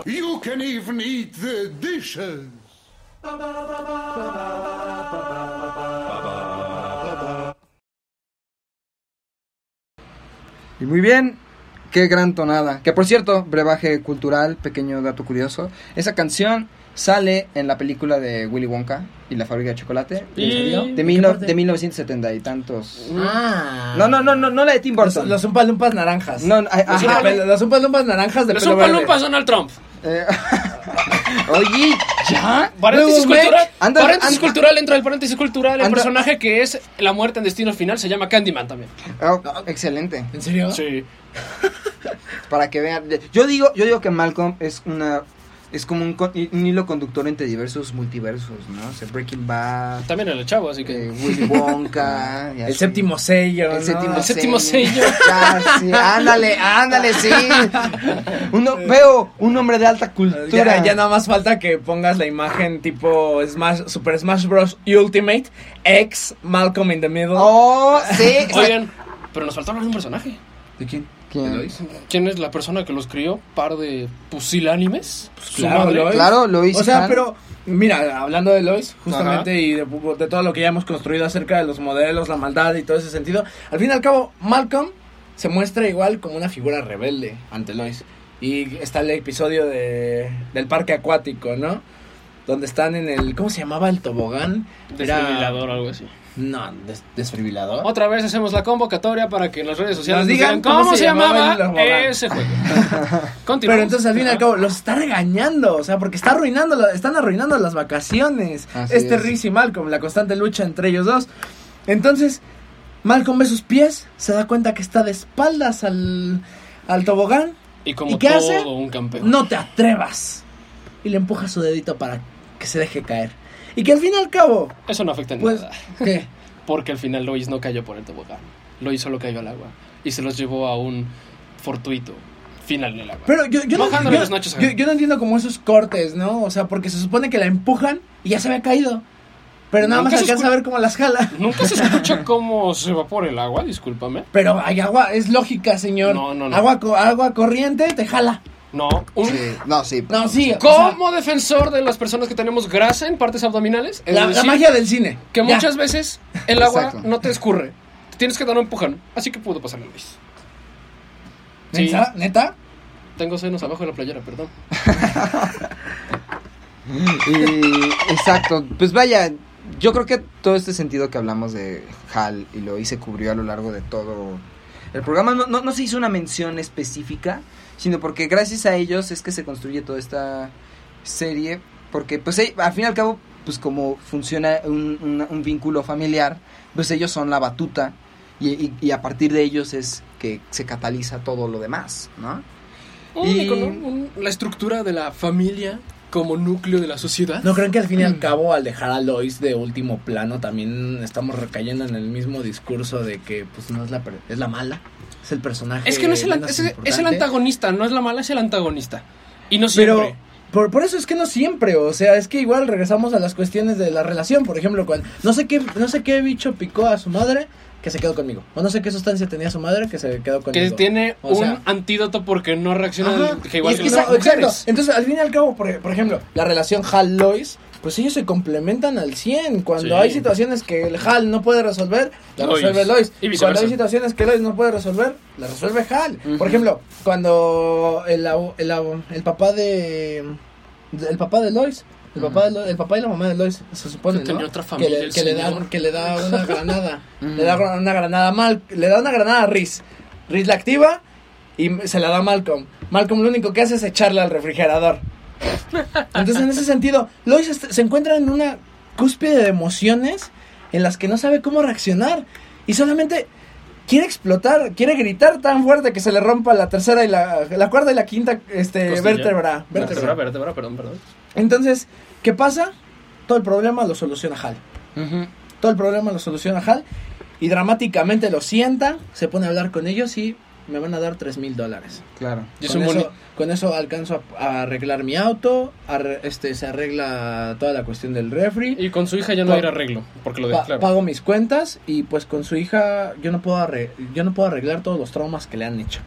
S7: You can even eat the dishes.
S3: Y muy bien. Qué gran tonada. Que por cierto, brebaje cultural, pequeño dato curioso. Esa canción sale en la película de Willy Wonka y la fábrica de chocolate.
S4: ¿En serio?
S3: De,
S2: ¿Qué
S3: mil no-
S2: parte?
S3: de 1970 y tantos.
S2: Ah.
S3: No, no, no, no, no la de Tim
S2: Los,
S3: Burton.
S2: los Umpa Lumpas naranjas.
S3: No, no, ay,
S2: Los
S3: ajá.
S2: de pelo- los Umpa Lumpas naranjas de
S4: Los
S2: pelo
S4: Oompa
S2: verde.
S4: Loompas Donald Trump.
S3: Eh, Oye, ya.
S4: Paréntesis
S3: Luego,
S4: cultural.
S3: Mac, anda-
S4: paréntesis
S3: anda-
S4: cultural, entra el paréntesis cultural. El
S3: anda-
S4: personaje que es la muerte en destino final se llama Candyman también.
S3: Oh, excelente.
S2: ¿En serio?
S4: Sí.
S3: Para que vean. Yo digo, yo digo que Malcolm es una es como un, co- un hilo conductor entre diversos multiversos, ¿no? O sea, Breaking Bad,
S4: También el chavo, así que.
S3: eh, Willy Wonka. y
S2: El
S3: así.
S2: séptimo sello.
S3: El
S2: ¿no?
S3: séptimo
S4: El séptimo sello.
S3: Ah, sí, ándale, ándale, sí. Uno, veo un hombre de alta cultura.
S2: Ya, ya nada más falta que pongas la imagen tipo Smash, Super Smash Bros. Ultimate, ex Malcolm in the Middle.
S3: Oh, sí.
S4: Oigan, pero nos faltó hablar de un personaje.
S8: ¿De quién?
S3: ¿Quién?
S8: ¿De Lois?
S4: ¿Quién es la persona que los crió? ¿Par de pusilánimes? ¿Su
S2: claro,
S4: madre?
S2: Lois.
S3: Claro, lo hice.
S2: O sea, pero mira, hablando de Lois, justamente,
S4: Ajá.
S2: y de, de todo lo que ya hemos construido acerca de los modelos, la maldad y todo ese sentido, al fin y al cabo, Malcolm se muestra igual como una figura rebelde ante Lois. Y está el episodio de, del parque acuático, ¿no? Donde están en el, ¿cómo se llamaba? El tobogán. Era-
S4: Desfibrilador o algo así.
S2: No, des- desfibrilador.
S4: Otra vez hacemos la convocatoria para que en las redes sociales
S2: Nos
S4: nos
S2: digan
S4: digan, cómo, se, llamaba
S2: el abogado.
S4: ese juego. Continuamos.
S2: Pero entonces al fin y al cabo los está regañando, o sea, porque está arruinando, la- están arruinando las vacaciones.
S3: Así
S2: este
S3: es.
S2: Riz y Malcolm, la constante lucha entre ellos dos. Entonces, Malcolm ve sus pies, se da cuenta que está de espaldas al, al tobogán.
S4: Y como
S2: ¿Y qué
S4: todo
S2: hace?
S4: un campeón.
S2: No te atrevas. Y le empuja su dedito para que se deje caer. Y que al fin y al cabo,
S4: Eso no afecta en
S2: pues,
S4: nada.
S2: ¿qué?
S4: Porque al final Lois no cayó por el tobogán. Lois solo cayó al agua. Y se los llevó a un fortuito final del agua.
S2: Pero yo, yo, no,
S4: Bajándole
S2: yo-
S4: los nachos a
S2: yo-
S4: él.
S2: yo no entiendo como esos cortes, ¿no? O sea, porque se supone que la empujan y ya se había caído. Pero nada
S4: Nunca
S2: más
S4: se
S2: alcanza a ver cómo las jala.
S4: Nunca se escucha cómo se evapora el agua, discúlpame.
S2: Pero hay agua, es lógica, señor.
S4: No, no, no.
S2: Agua, co- agua corriente te jala.
S4: No, un...
S3: Sí, No, sí.
S2: No, sí. o
S4: Como defensor de las personas que tenemos grasa en partes abdominales,
S2: sea,
S4: es
S2: la, la
S4: decir,
S2: magia del cine.
S4: Pues que
S2: Ya.
S4: muchas veces el agua
S3: Exacto.
S4: no te escurre. Te Tienes que dar un empujón. Así que pudo pasar a Lois. Sí.
S2: ¿Neta? ¿Neta?
S4: Tengo senos abajo de la playera, perdón.
S3: Y- exacto. Pues vaya, yo creo que todo este sentido que hablamos de Hal y lo hice cubrió a lo largo de todo el programa. No, no, no se hizo una mención específica, sino porque gracias a ellos es que se construye toda esta serie. Porque, pues, eh, al fin y al cabo, pues como funciona un, un- un vínculo familiar, pues ellos son la batuta. Y, y- y a partir de ellos es que se cataliza todo lo demás, ¿no? Y-
S4: Único, ¿no? Un- la estructura de la familia como núcleo de la sociedad.
S2: ¿No creen que al fin y al cabo, al dejar a Lois de último plano, también estamos recayendo en el mismo discurso de que pues no es la, per- es la mala? Es el personaje.
S4: Es que no es el, an-
S2: menos
S4: es, es el
S2: importante.
S4: antagonista, no es la mala, es el antagonista. Y no
S2: Pero
S4: siempre.
S2: por, por eso es que no siempre, o sea, es que igual regresamos a las cuestiones de la relación, por ejemplo, cuando no sé qué no sé qué bicho picó a su madre que se quedó conmigo, o no sé qué sustancia tenía su madre que se quedó conmigo.
S4: que tiene
S2: O sea-
S4: un antídoto porque no reacciona
S2: Ajá,
S4: que igual
S2: y es
S4: que
S2: que
S4: las
S2: sa- exacto.
S4: mujeres.
S2: Entonces, al fin y al cabo, por, por ejemplo, la relación Hal-Lois, pues ellos se complementan al 100. Cuando
S4: Sí.
S2: hay situaciones que el Hal no puede resolver, la
S4: Lois.
S2: resuelve Lois.
S4: Y viceversa.
S2: cuando hay situaciones que Lois no puede resolver, la resuelve Hal. Por ejemplo, cuando el, abu- el, abu- el papá de. El papá de Lois. El papá, de Lo- el papá y la mamá de Lois, se supone,
S4: Que tenía
S2: ¿no?
S4: otra
S2: que,
S4: familia,
S2: le,
S4: el
S2: que le da,
S4: señor. Mm.
S2: que le da una granada. le da una granada mal. Le da una granada a Riz. Riz la activa y se la da a Malcolm. Malcolm lo único que hace es echarla al refrigerador. Entonces, en ese sentido, Lois est- se encuentra en una cúspide de emociones en las que no sabe cómo reaccionar. Y solamente quiere explotar, quiere gritar tan fuerte que se le rompa la tercera y la, la cuarta y la quinta este,
S4: Costilla.
S2: vértebra.
S4: Vértebra,
S2: vértebra.
S4: vértebra, perdón, perdón.
S2: Entonces, ¿qué pasa? Todo el problema lo soluciona Hal.
S3: Ujú.
S2: Todo el problema lo soluciona Hal. Y dramáticamente lo sienta, se pone a hablar con ellos y me van a dar tres mil dólares.
S3: Claro.
S4: Yo
S2: Con
S4: soy un
S2: eso, con eso alcanzo a, a arreglar mi auto, arre- este, se arregla toda la cuestión del refri,
S4: Y con su hija ya no
S2: Pa-
S4: hay arreglo, porque lo
S2: pa-
S4: declaró.
S2: pago mis cuentas y pues con su hija yo no puedo, arre- yo no puedo arreglar todos los traumas que le han hecho.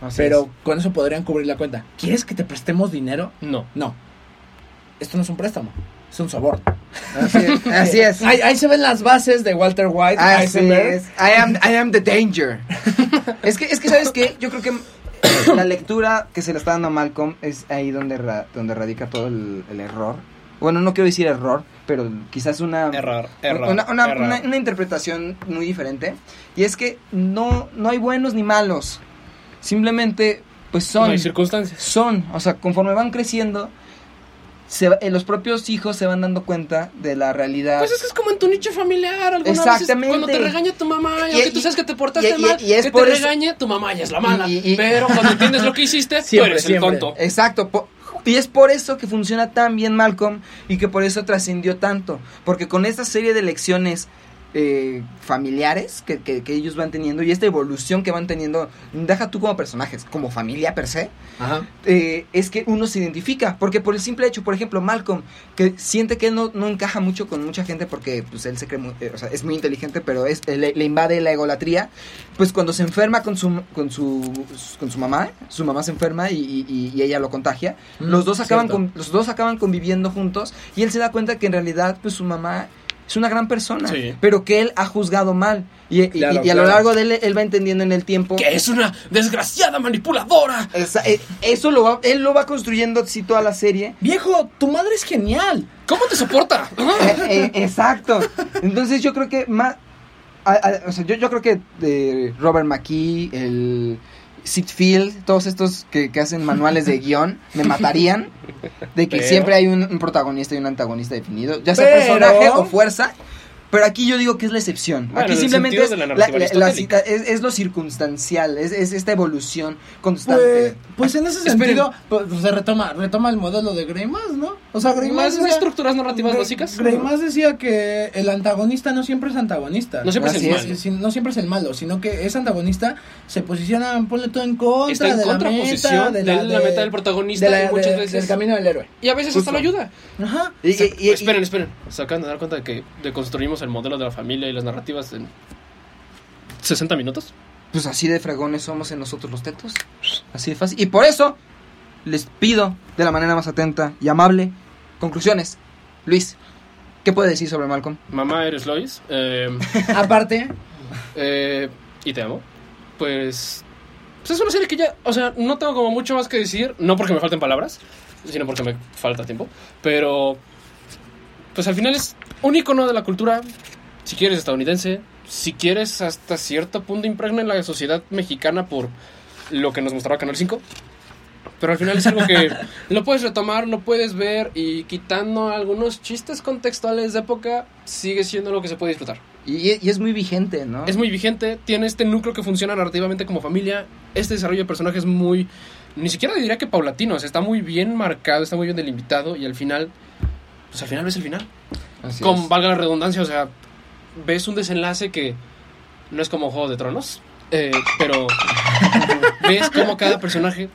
S3: Así
S2: pero
S3: es.
S2: con eso podrían cubrir la cuenta. ¿Quieres que te prestemos dinero?
S4: No.
S2: No. Esto no es un préstamo, es un soborno.
S3: Así es. Así es.
S2: Eh, Ahí, ahí se ven las bases de Walter White.
S3: Así
S2: Heisenberg.
S3: es. I am, I am the danger. es que, es que, ¿sabes qué? Yo creo que la lectura que se le está dando a Malcolm es ahí donde, ra- donde radica todo el, el error. Bueno, no quiero decir error, pero quizás una...
S4: Error, error.
S3: Una, una-
S4: error.
S3: una- una interpretación muy diferente. Y es que no, no hay buenos ni malos. Simplemente, pues
S4: no
S3: son
S4: hay circunstancias.
S3: son, o sea, conforme van creciendo, se, va- eh, los propios hijos se van dando cuenta de la realidad.
S4: Pues es que es como en tu nicho familiar, alguna
S3: Exactamente.
S4: vez es- cuando te regaña tu mamá, y,
S3: Y-
S4: aunque
S3: y-
S4: tú sabes que te portaste
S3: y- y-
S4: mal,
S3: y es
S4: que te
S3: por eso-
S4: regañe, tu mamá ya es la mala.
S3: Y- y-
S4: Pero cuando entiendes lo que hiciste,
S2: Siempre,
S4: tú eres
S2: siempre.
S4: el tonto.
S3: Exacto, po- Y es por eso que funciona tan bien Malcolm y que por eso trascendió tanto. Porque con esta serie de lecciones eh, familiares que, que- que ellos van teniendo y esta evolución que van teniendo, deja tú como personajes, como familia per se,
S4: Ajá.
S3: eh, es que uno se identifica. Porque por el simple hecho, por ejemplo, Malcolm, que siente que él no, no encaja mucho con mucha gente porque pues, él se cree muy- eh, o sea, es muy inteligente, pero es, eh, le, le invade la egolatría. Pues cuando se enferma con su, con su, con su mamá, su mamá se enferma y, y- y ella lo contagia. los, dos acaban
S4: cierto.
S3: con- los dos acaban conviviendo juntos y él se da cuenta que en realidad pues, su mamá es una gran persona,
S4: Sí.
S3: pero que él ha juzgado mal. Y, y-
S2: Claro,
S3: y a lo
S2: claro.
S3: largo de él, él va entendiendo en el tiempo
S4: Que es una desgraciada manipuladora.
S3: esa- e- eso lo va, él lo va construyendo así toda la serie.
S2: Viejo, tu madre es genial. Pues,
S4: ¿Cómo te soporta?
S3: Eh, eh, exacto. Entonces yo creo que más... a- a- o sea, yo, yo creo que eh, Robert McKee, el Sid Field, todos estos que, que hacen manuales de guión, me matarían de que
S4: Pero-
S3: siempre hay un, un protagonista y un antagonista definido, ya sea
S2: Pero-
S3: personaje o fuerza. Pero aquí yo digo que es la excepción.
S4: Bueno,
S3: aquí
S4: en el
S3: simplemente
S4: sentido
S3: es,
S4: de la
S3: la-
S4: narrativa
S3: la- la
S4: aristotélica.
S3: cita- es, es lo circunstancial, es, es esta evolución constante.
S2: Pues, pues en ese
S4: Esperen.
S2: sentido, pues, se retoma, retoma el modelo de Greimas, ¿no? O sea, Greimas.
S4: Más, más
S2: decía-
S4: estructuras narrativas
S2: Gre-
S4: básicas.
S2: Greimas decía que el antagonista no siempre es antagonista.
S4: No siempre
S3: es el
S2: Así
S4: malo.
S2: si- no siempre es el malo, sino que es antagonista, se posiciona, ponle todo en contra.
S4: Está en
S2: de la meta,
S4: contraposición de la, meta del protagonista
S2: de la-
S4: y muchas
S2: de-
S4: veces.
S2: Del camino del héroe.
S4: Y a veces hasta lo ayuda.
S2: Ajá.
S3: Y- y- y-
S4: esperen, esperen. Se acaban de dar cuenta de que deconstruimos el modelo de la familia y las narrativas en 60 minutos.
S3: Pues así de fregones somos en nosotros los tetos. Así de fácil. Y por eso les pido de la manera más atenta y amable conclusiones. Luis, ¿qué puede decir sobre Malcolm?
S4: Mamá, eres Lois. Eh,
S2: Aparte,
S4: eh, y te amo. Pues. Pues es una serie que ya. O sea, no tengo como mucho más que decir. No porque me falten palabras, sino porque me falta tiempo. Pero. Pues al final es un icono de la cultura. Si quieres, estadounidense. Si quieres, hasta cierto punto impregna en la sociedad mexicana por lo que nos mostraba Canal 5. Pero al final es algo que lo puedes retomar, lo puedes ver y quitando algunos chistes contextuales de época, sigue siendo lo que se puede disfrutar.
S3: Y, y es muy vigente, ¿no?
S4: Es muy vigente, tiene este núcleo que funciona narrativamente como familia. Este desarrollo de personajes muy. Ni siquiera diría que paulatino, o sea, está muy bien marcado, está muy bien delimitado y al final. Pues al final ves el final.
S3: Así
S4: Con
S3: es.
S4: valga la redundancia, o sea, ves un desenlace que no es como Juego de Tronos, eh, pero. ves cómo cada personaje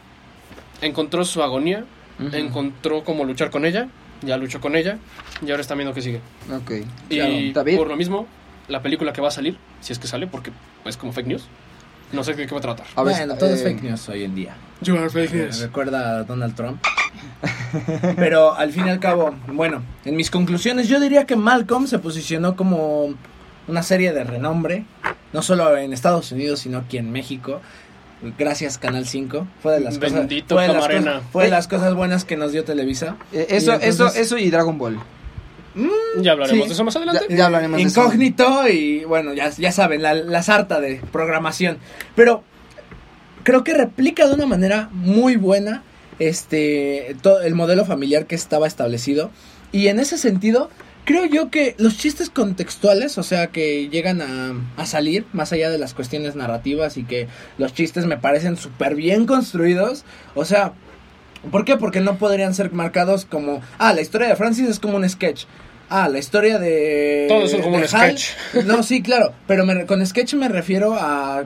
S4: encontró su agonía,
S3: Ujú.
S4: encontró cómo luchar con ella, ya luchó con ella y ahora está viendo que sigue.
S3: Ok.
S4: Y
S3: Claro. David.
S4: por lo mismo, la película que va a salir, si es que sale, porque es como fake news, no sé de qué va a tratar.
S3: A ver,
S2: bueno, todo es
S3: eh,
S2: fake news hoy en día.
S4: You are fake
S2: Me recuerda a Donald Trump. Pero al fin y al cabo, bueno, en mis conclusiones yo diría que Malcolm se posicionó como una serie de renombre, no solo en Estados Unidos, sino aquí en México. Gracias Canal 5. Fue de las cosas
S4: Bendito
S2: fue de las
S4: Camarena.
S2: cosas- fue de las cosas buenas que nos dio Televisa.
S3: eh, eso,
S2: Y entonces-
S3: eso, eso y Dragon Ball.
S4: Ya hablaremos
S2: Sí.
S4: de eso más adelante.
S3: Ya, ya hablaremos de eso.
S2: Incógnito y bueno, ya, ya saben, la, la sarta de programación. Pero creo que replica de una manera muy buena este todo el modelo familiar que estaba establecido. Y en ese sentido, creo yo que los chistes contextuales, o sea, que llegan a, a salir más allá de las cuestiones narrativas y que los chistes me parecen súper bien construidos, o sea... ¿Por qué? Porque no podrían ser marcados como, ah, la historia de Francis es como un sketch. Ah, la historia de...
S4: Todos son como
S2: de
S4: un
S2: Hal-
S4: sketch.
S2: No, sí, claro, pero me re- con sketch me refiero a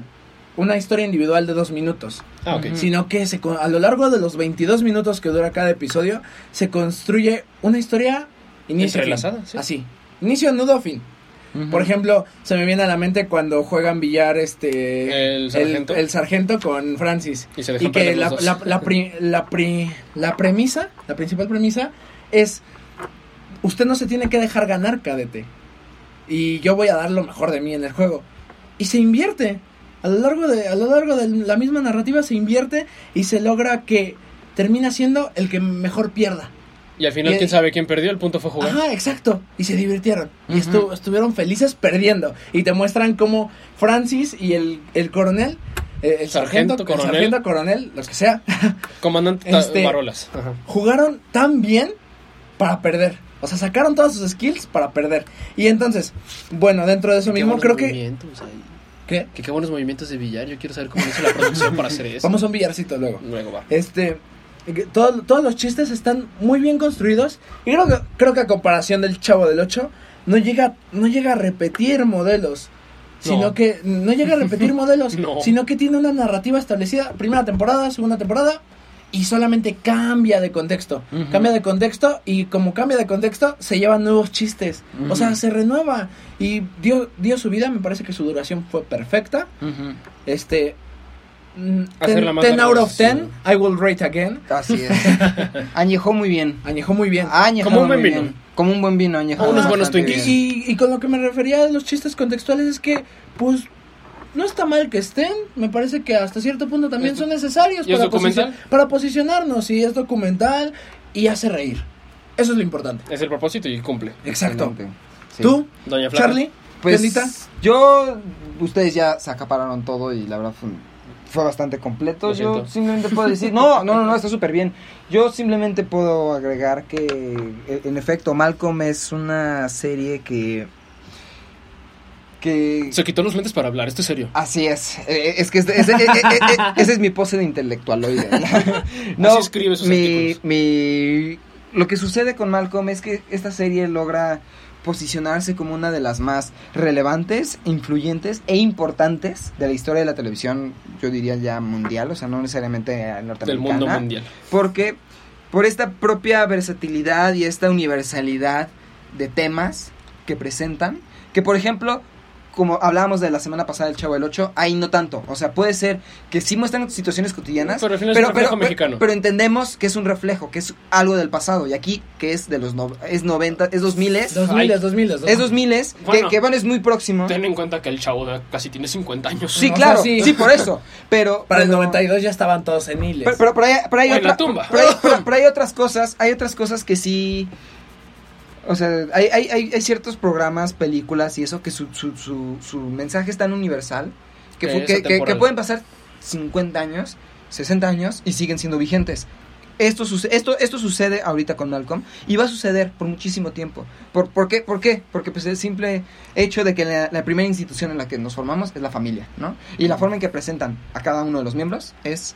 S2: una historia individual de dos minutos
S4: Ah, ok.
S2: sino que se, con- a lo largo de los 22 minutos que dura cada episodio, se construye una historia inicio
S4: Entrelazada,
S2: fin.
S4: sí.
S2: Así, inicio, nudo, fin.
S3: Ujú.
S2: Por ejemplo, se me viene a la mente cuando juegan billar este...
S4: El sargento.
S2: el sargento con Francis.
S4: Y se dejan
S2: Y que
S4: perder
S2: la,
S4: los
S2: la,
S4: dos.
S2: la, pri- la pri- la premisa, la principal premisa es, usted no se tiene que dejar ganar, cadete. Y yo voy a dar lo mejor de mí en el juego. Y se invierte. A lo largo de, a lo largo de la misma narrativa se invierte y se logra que termina siendo el que mejor pierda.
S4: Y al final,
S2: Y-
S4: quién sabe quién perdió, el punto fue jugar.
S2: Ajá, exacto. Y se divirtieron. Y estu-
S3: Ujú.
S2: estuvieron felices perdiendo. Y te muestran cómo Francis y el, el coronel, eh, el sargento,
S4: Sargento,
S2: el
S4: coronel.
S2: sargento coronel, los que sea,
S4: Comandante Ta-
S2: Este-
S4: Marolas. Ajá.
S2: jugaron tan bien para perder. O sea, sacaron todas sus skills para perder. Y entonces, bueno, dentro de eso mismo, creo que... ¿Qué?
S4: Qué buenos movimientos de billar. Yo quiero saber cómo hizo la producción para hacer eso.
S2: Vamos a un billarcito luego.
S4: Luego va.
S2: Este, todo- todos los chistes están muy bien construidos. Y creo que, creo que a comparación del Chavo del 8, no llega, no llega a repetir modelos. Sino
S4: No.
S2: que no llega a repetir modelos,
S4: No.
S2: sino que tiene una narrativa establecida, primera temporada, segunda temporada, y solamente cambia de contexto.
S3: Ujú.
S2: Cambia de contexto y como cambia de contexto, se llevan nuevos chistes. O sea, se renueva y dio, dio su vida, me parece que su duración fue perfecta. Este. mm,
S4: Hacerla
S2: Ten,
S4: más
S2: 10
S4: larga,
S2: out of
S4: sí.
S2: 10, I will rate again.
S3: Así es. Añejó muy bien.
S2: Añejó muy bien.
S3: Añejó
S4: Como un
S3: muy
S4: buen vino.
S3: bien. Como un buen vino, añejó.
S4: O unos buenos
S3: bastante
S4: Twinkies.
S3: Ah, bien.
S2: y, y con lo que me refería a los chistes contextuales es que, pues, no está mal que estén. Me parece que hasta cierto punto también son necesarios
S4: ¿Y es
S2: para,
S4: documental?
S2: posicion- para posicionarnos. Y es documental y hace reír. Eso es lo importante.
S4: Es el propósito y cumple.
S2: Exacto.
S3: Excelente. Sí.
S2: ¿Tú,
S4: Doña Flaca.
S2: Charlie?
S3: Pues
S2: Kendita?
S3: yo, ustedes ya se acapararon todo y la verdad fue, fue bastante completo.
S4: Lo
S3: Yo
S4: siento.
S3: simplemente puedo decir, no, no, no, no, está súper bien. Yo simplemente puedo agregar que, e- en efecto, Malcolm es una serie que... que
S4: Se quitó los lentes para hablar, esto es serio.
S3: Así es, eh, es que es- es- eh, eh, eh, eh, ese es mi pose de intelectual hoy.
S4: Así escribe sus
S3: mi,
S4: artículos.
S3: mi, lo que sucede con Malcolm es que esta serie logra posicionarse como una de las más relevantes, influyentes e importantes de la historia de la televisión, yo diría ya mundial, o sea, no necesariamente eh, norteamericana.
S4: Del mundo mundial.
S3: Porque por esta propia versatilidad y esta universalidad de temas que presentan, que por ejemplo, como hablábamos de la semana pasada del Chavo del 8, ahí no tanto. O sea, puede ser que sí muestran situaciones cotidianas,
S4: Pero al final es un reflejo mexicano.
S3: pero entendemos que es un reflejo, que es algo del pasado. Y aquí, que es de los no- es 90, es 2000, es
S2: 2000,
S4: Ay.
S2: 2000, 2000.
S3: 2000, que,
S4: Bueno.
S3: que bueno, es muy próximo.
S4: Ten en cuenta que el chavo de casi tiene 50 años.
S3: Sí,
S2: O sea,
S3: claro,
S2: sí.
S3: sí. por eso. Pero
S2: Para el
S3: pero-
S2: 92 ya estaban todos en hiles.
S3: Pero, pero, pero hay, pero hay
S4: O en
S3: otra-
S4: la tumba.
S3: pero hay- pero- pero hay otras cosas, hay otras cosas que sí... O sea, hay, hay, hay, hay ciertos programas, películas y eso que su, su, su, su mensaje es tan universal que,
S4: Que
S3: fu-
S4: es
S3: que, que- que
S4: atemporal.
S3: pueden pasar 50 años, 60 años y siguen siendo vigentes. Esto, suce- esto, esto sucede ahorita con Malcolm y va a suceder por muchísimo tiempo. ¿Por, por qué? ¿Por qué? Porque pues el simple hecho de que la, la primera institución en la que nos formamos es la familia, ¿no? Y la forma en que presentan a cada uno de los miembros es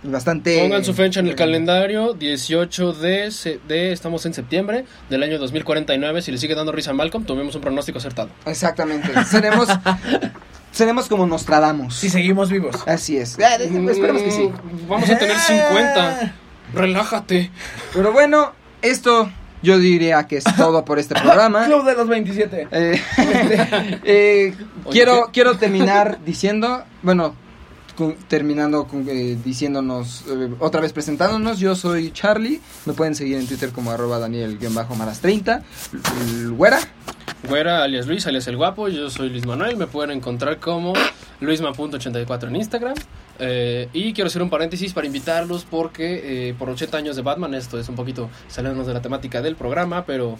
S3: bastante...
S4: Pongan su fecha en el calendario, 18 de, se- de- estamos en septiembre del año 2049. Si le sigue dando risa a Malcolm, tomemos un pronóstico acertado.
S3: Exactamente. Seremos, seremos como Nostradamus.
S2: Si seguimos vivos.
S3: Así es. Ah, de- Esperemos que sí. Ah.
S4: Mm, Vamos a tener 50. Relájate.
S3: Pero bueno, esto yo diría que es todo por este programa.
S2: Club de los 27.
S3: Eh, eh,
S4: Oye,
S3: quiero,
S4: ¿qué?
S3: quiero terminar diciendo, bueno, cu- terminando con, eh, diciéndonos, eh, otra vez presentándonos, yo soy Charlie, me pueden seguir en Twitter como arroba Daniel-Maras30, güera,
S4: Güera, alias Luis, alias El Guapo. Yo soy Luis Manuel. Me pueden encontrar como luisma.84 en Instagram. Eh, y quiero hacer un paréntesis para invitarlos porque eh, por 80 años de Batman, esto es un poquito salirnos de la temática del programa, pero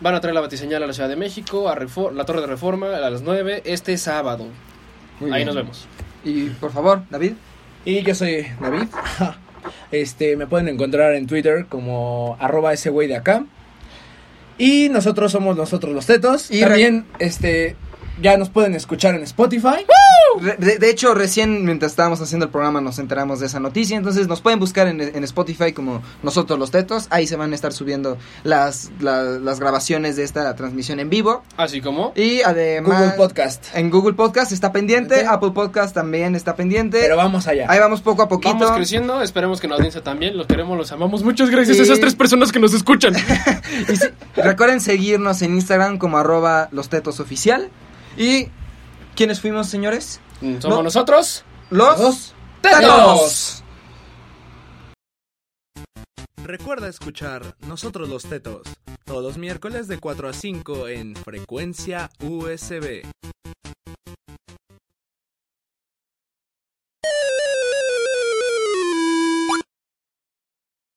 S4: van a traer la batiseñal a la Ciudad de México, a Refor- la Torre de Reforma a las 9 este sábado.
S3: Muy
S4: Ahí
S3: bien.
S4: nos vemos.
S3: y por favor, David,
S2: Y yo soy David. Este, me pueden encontrar en Twitter como arroba ese güey de acá. Y nosotros somos nosotros los tetos.
S3: Y
S2: Y también, este, ya nos pueden escuchar en Spotify.
S3: Re- De, de hecho, recién mientras estábamos haciendo el programa nos enteramos de esa noticia. Entonces nos pueden buscar en, en Spotify como nosotros los tetos. Ahí se van a estar subiendo las, la- las grabaciones de esta transmisión en vivo.
S4: Así como
S3: Y además...
S2: Google Podcast.
S3: En Google Podcast está pendiente.
S2: Pendiente.
S3: Apple Podcast también está pendiente.
S2: Pero vamos allá.
S3: Ahí vamos poco a poquito.
S4: vamos creciendo, esperemos que la audiencia también, los queremos, los amamos. Muchas gracias
S3: Sí.
S4: a esas tres personas que nos escuchan.
S3: Y sí, recuerden seguirnos en Instagram como arroba los tetos oficial. ¿Y quiénes fuimos, señores?
S4: Somos
S3: No.
S4: nosotros.
S3: Los,
S2: Dos.
S3: tetos.
S2: Recuerda escuchar Nosotros los Tetos todos los miércoles de 4 a 5 en frecuencia USB.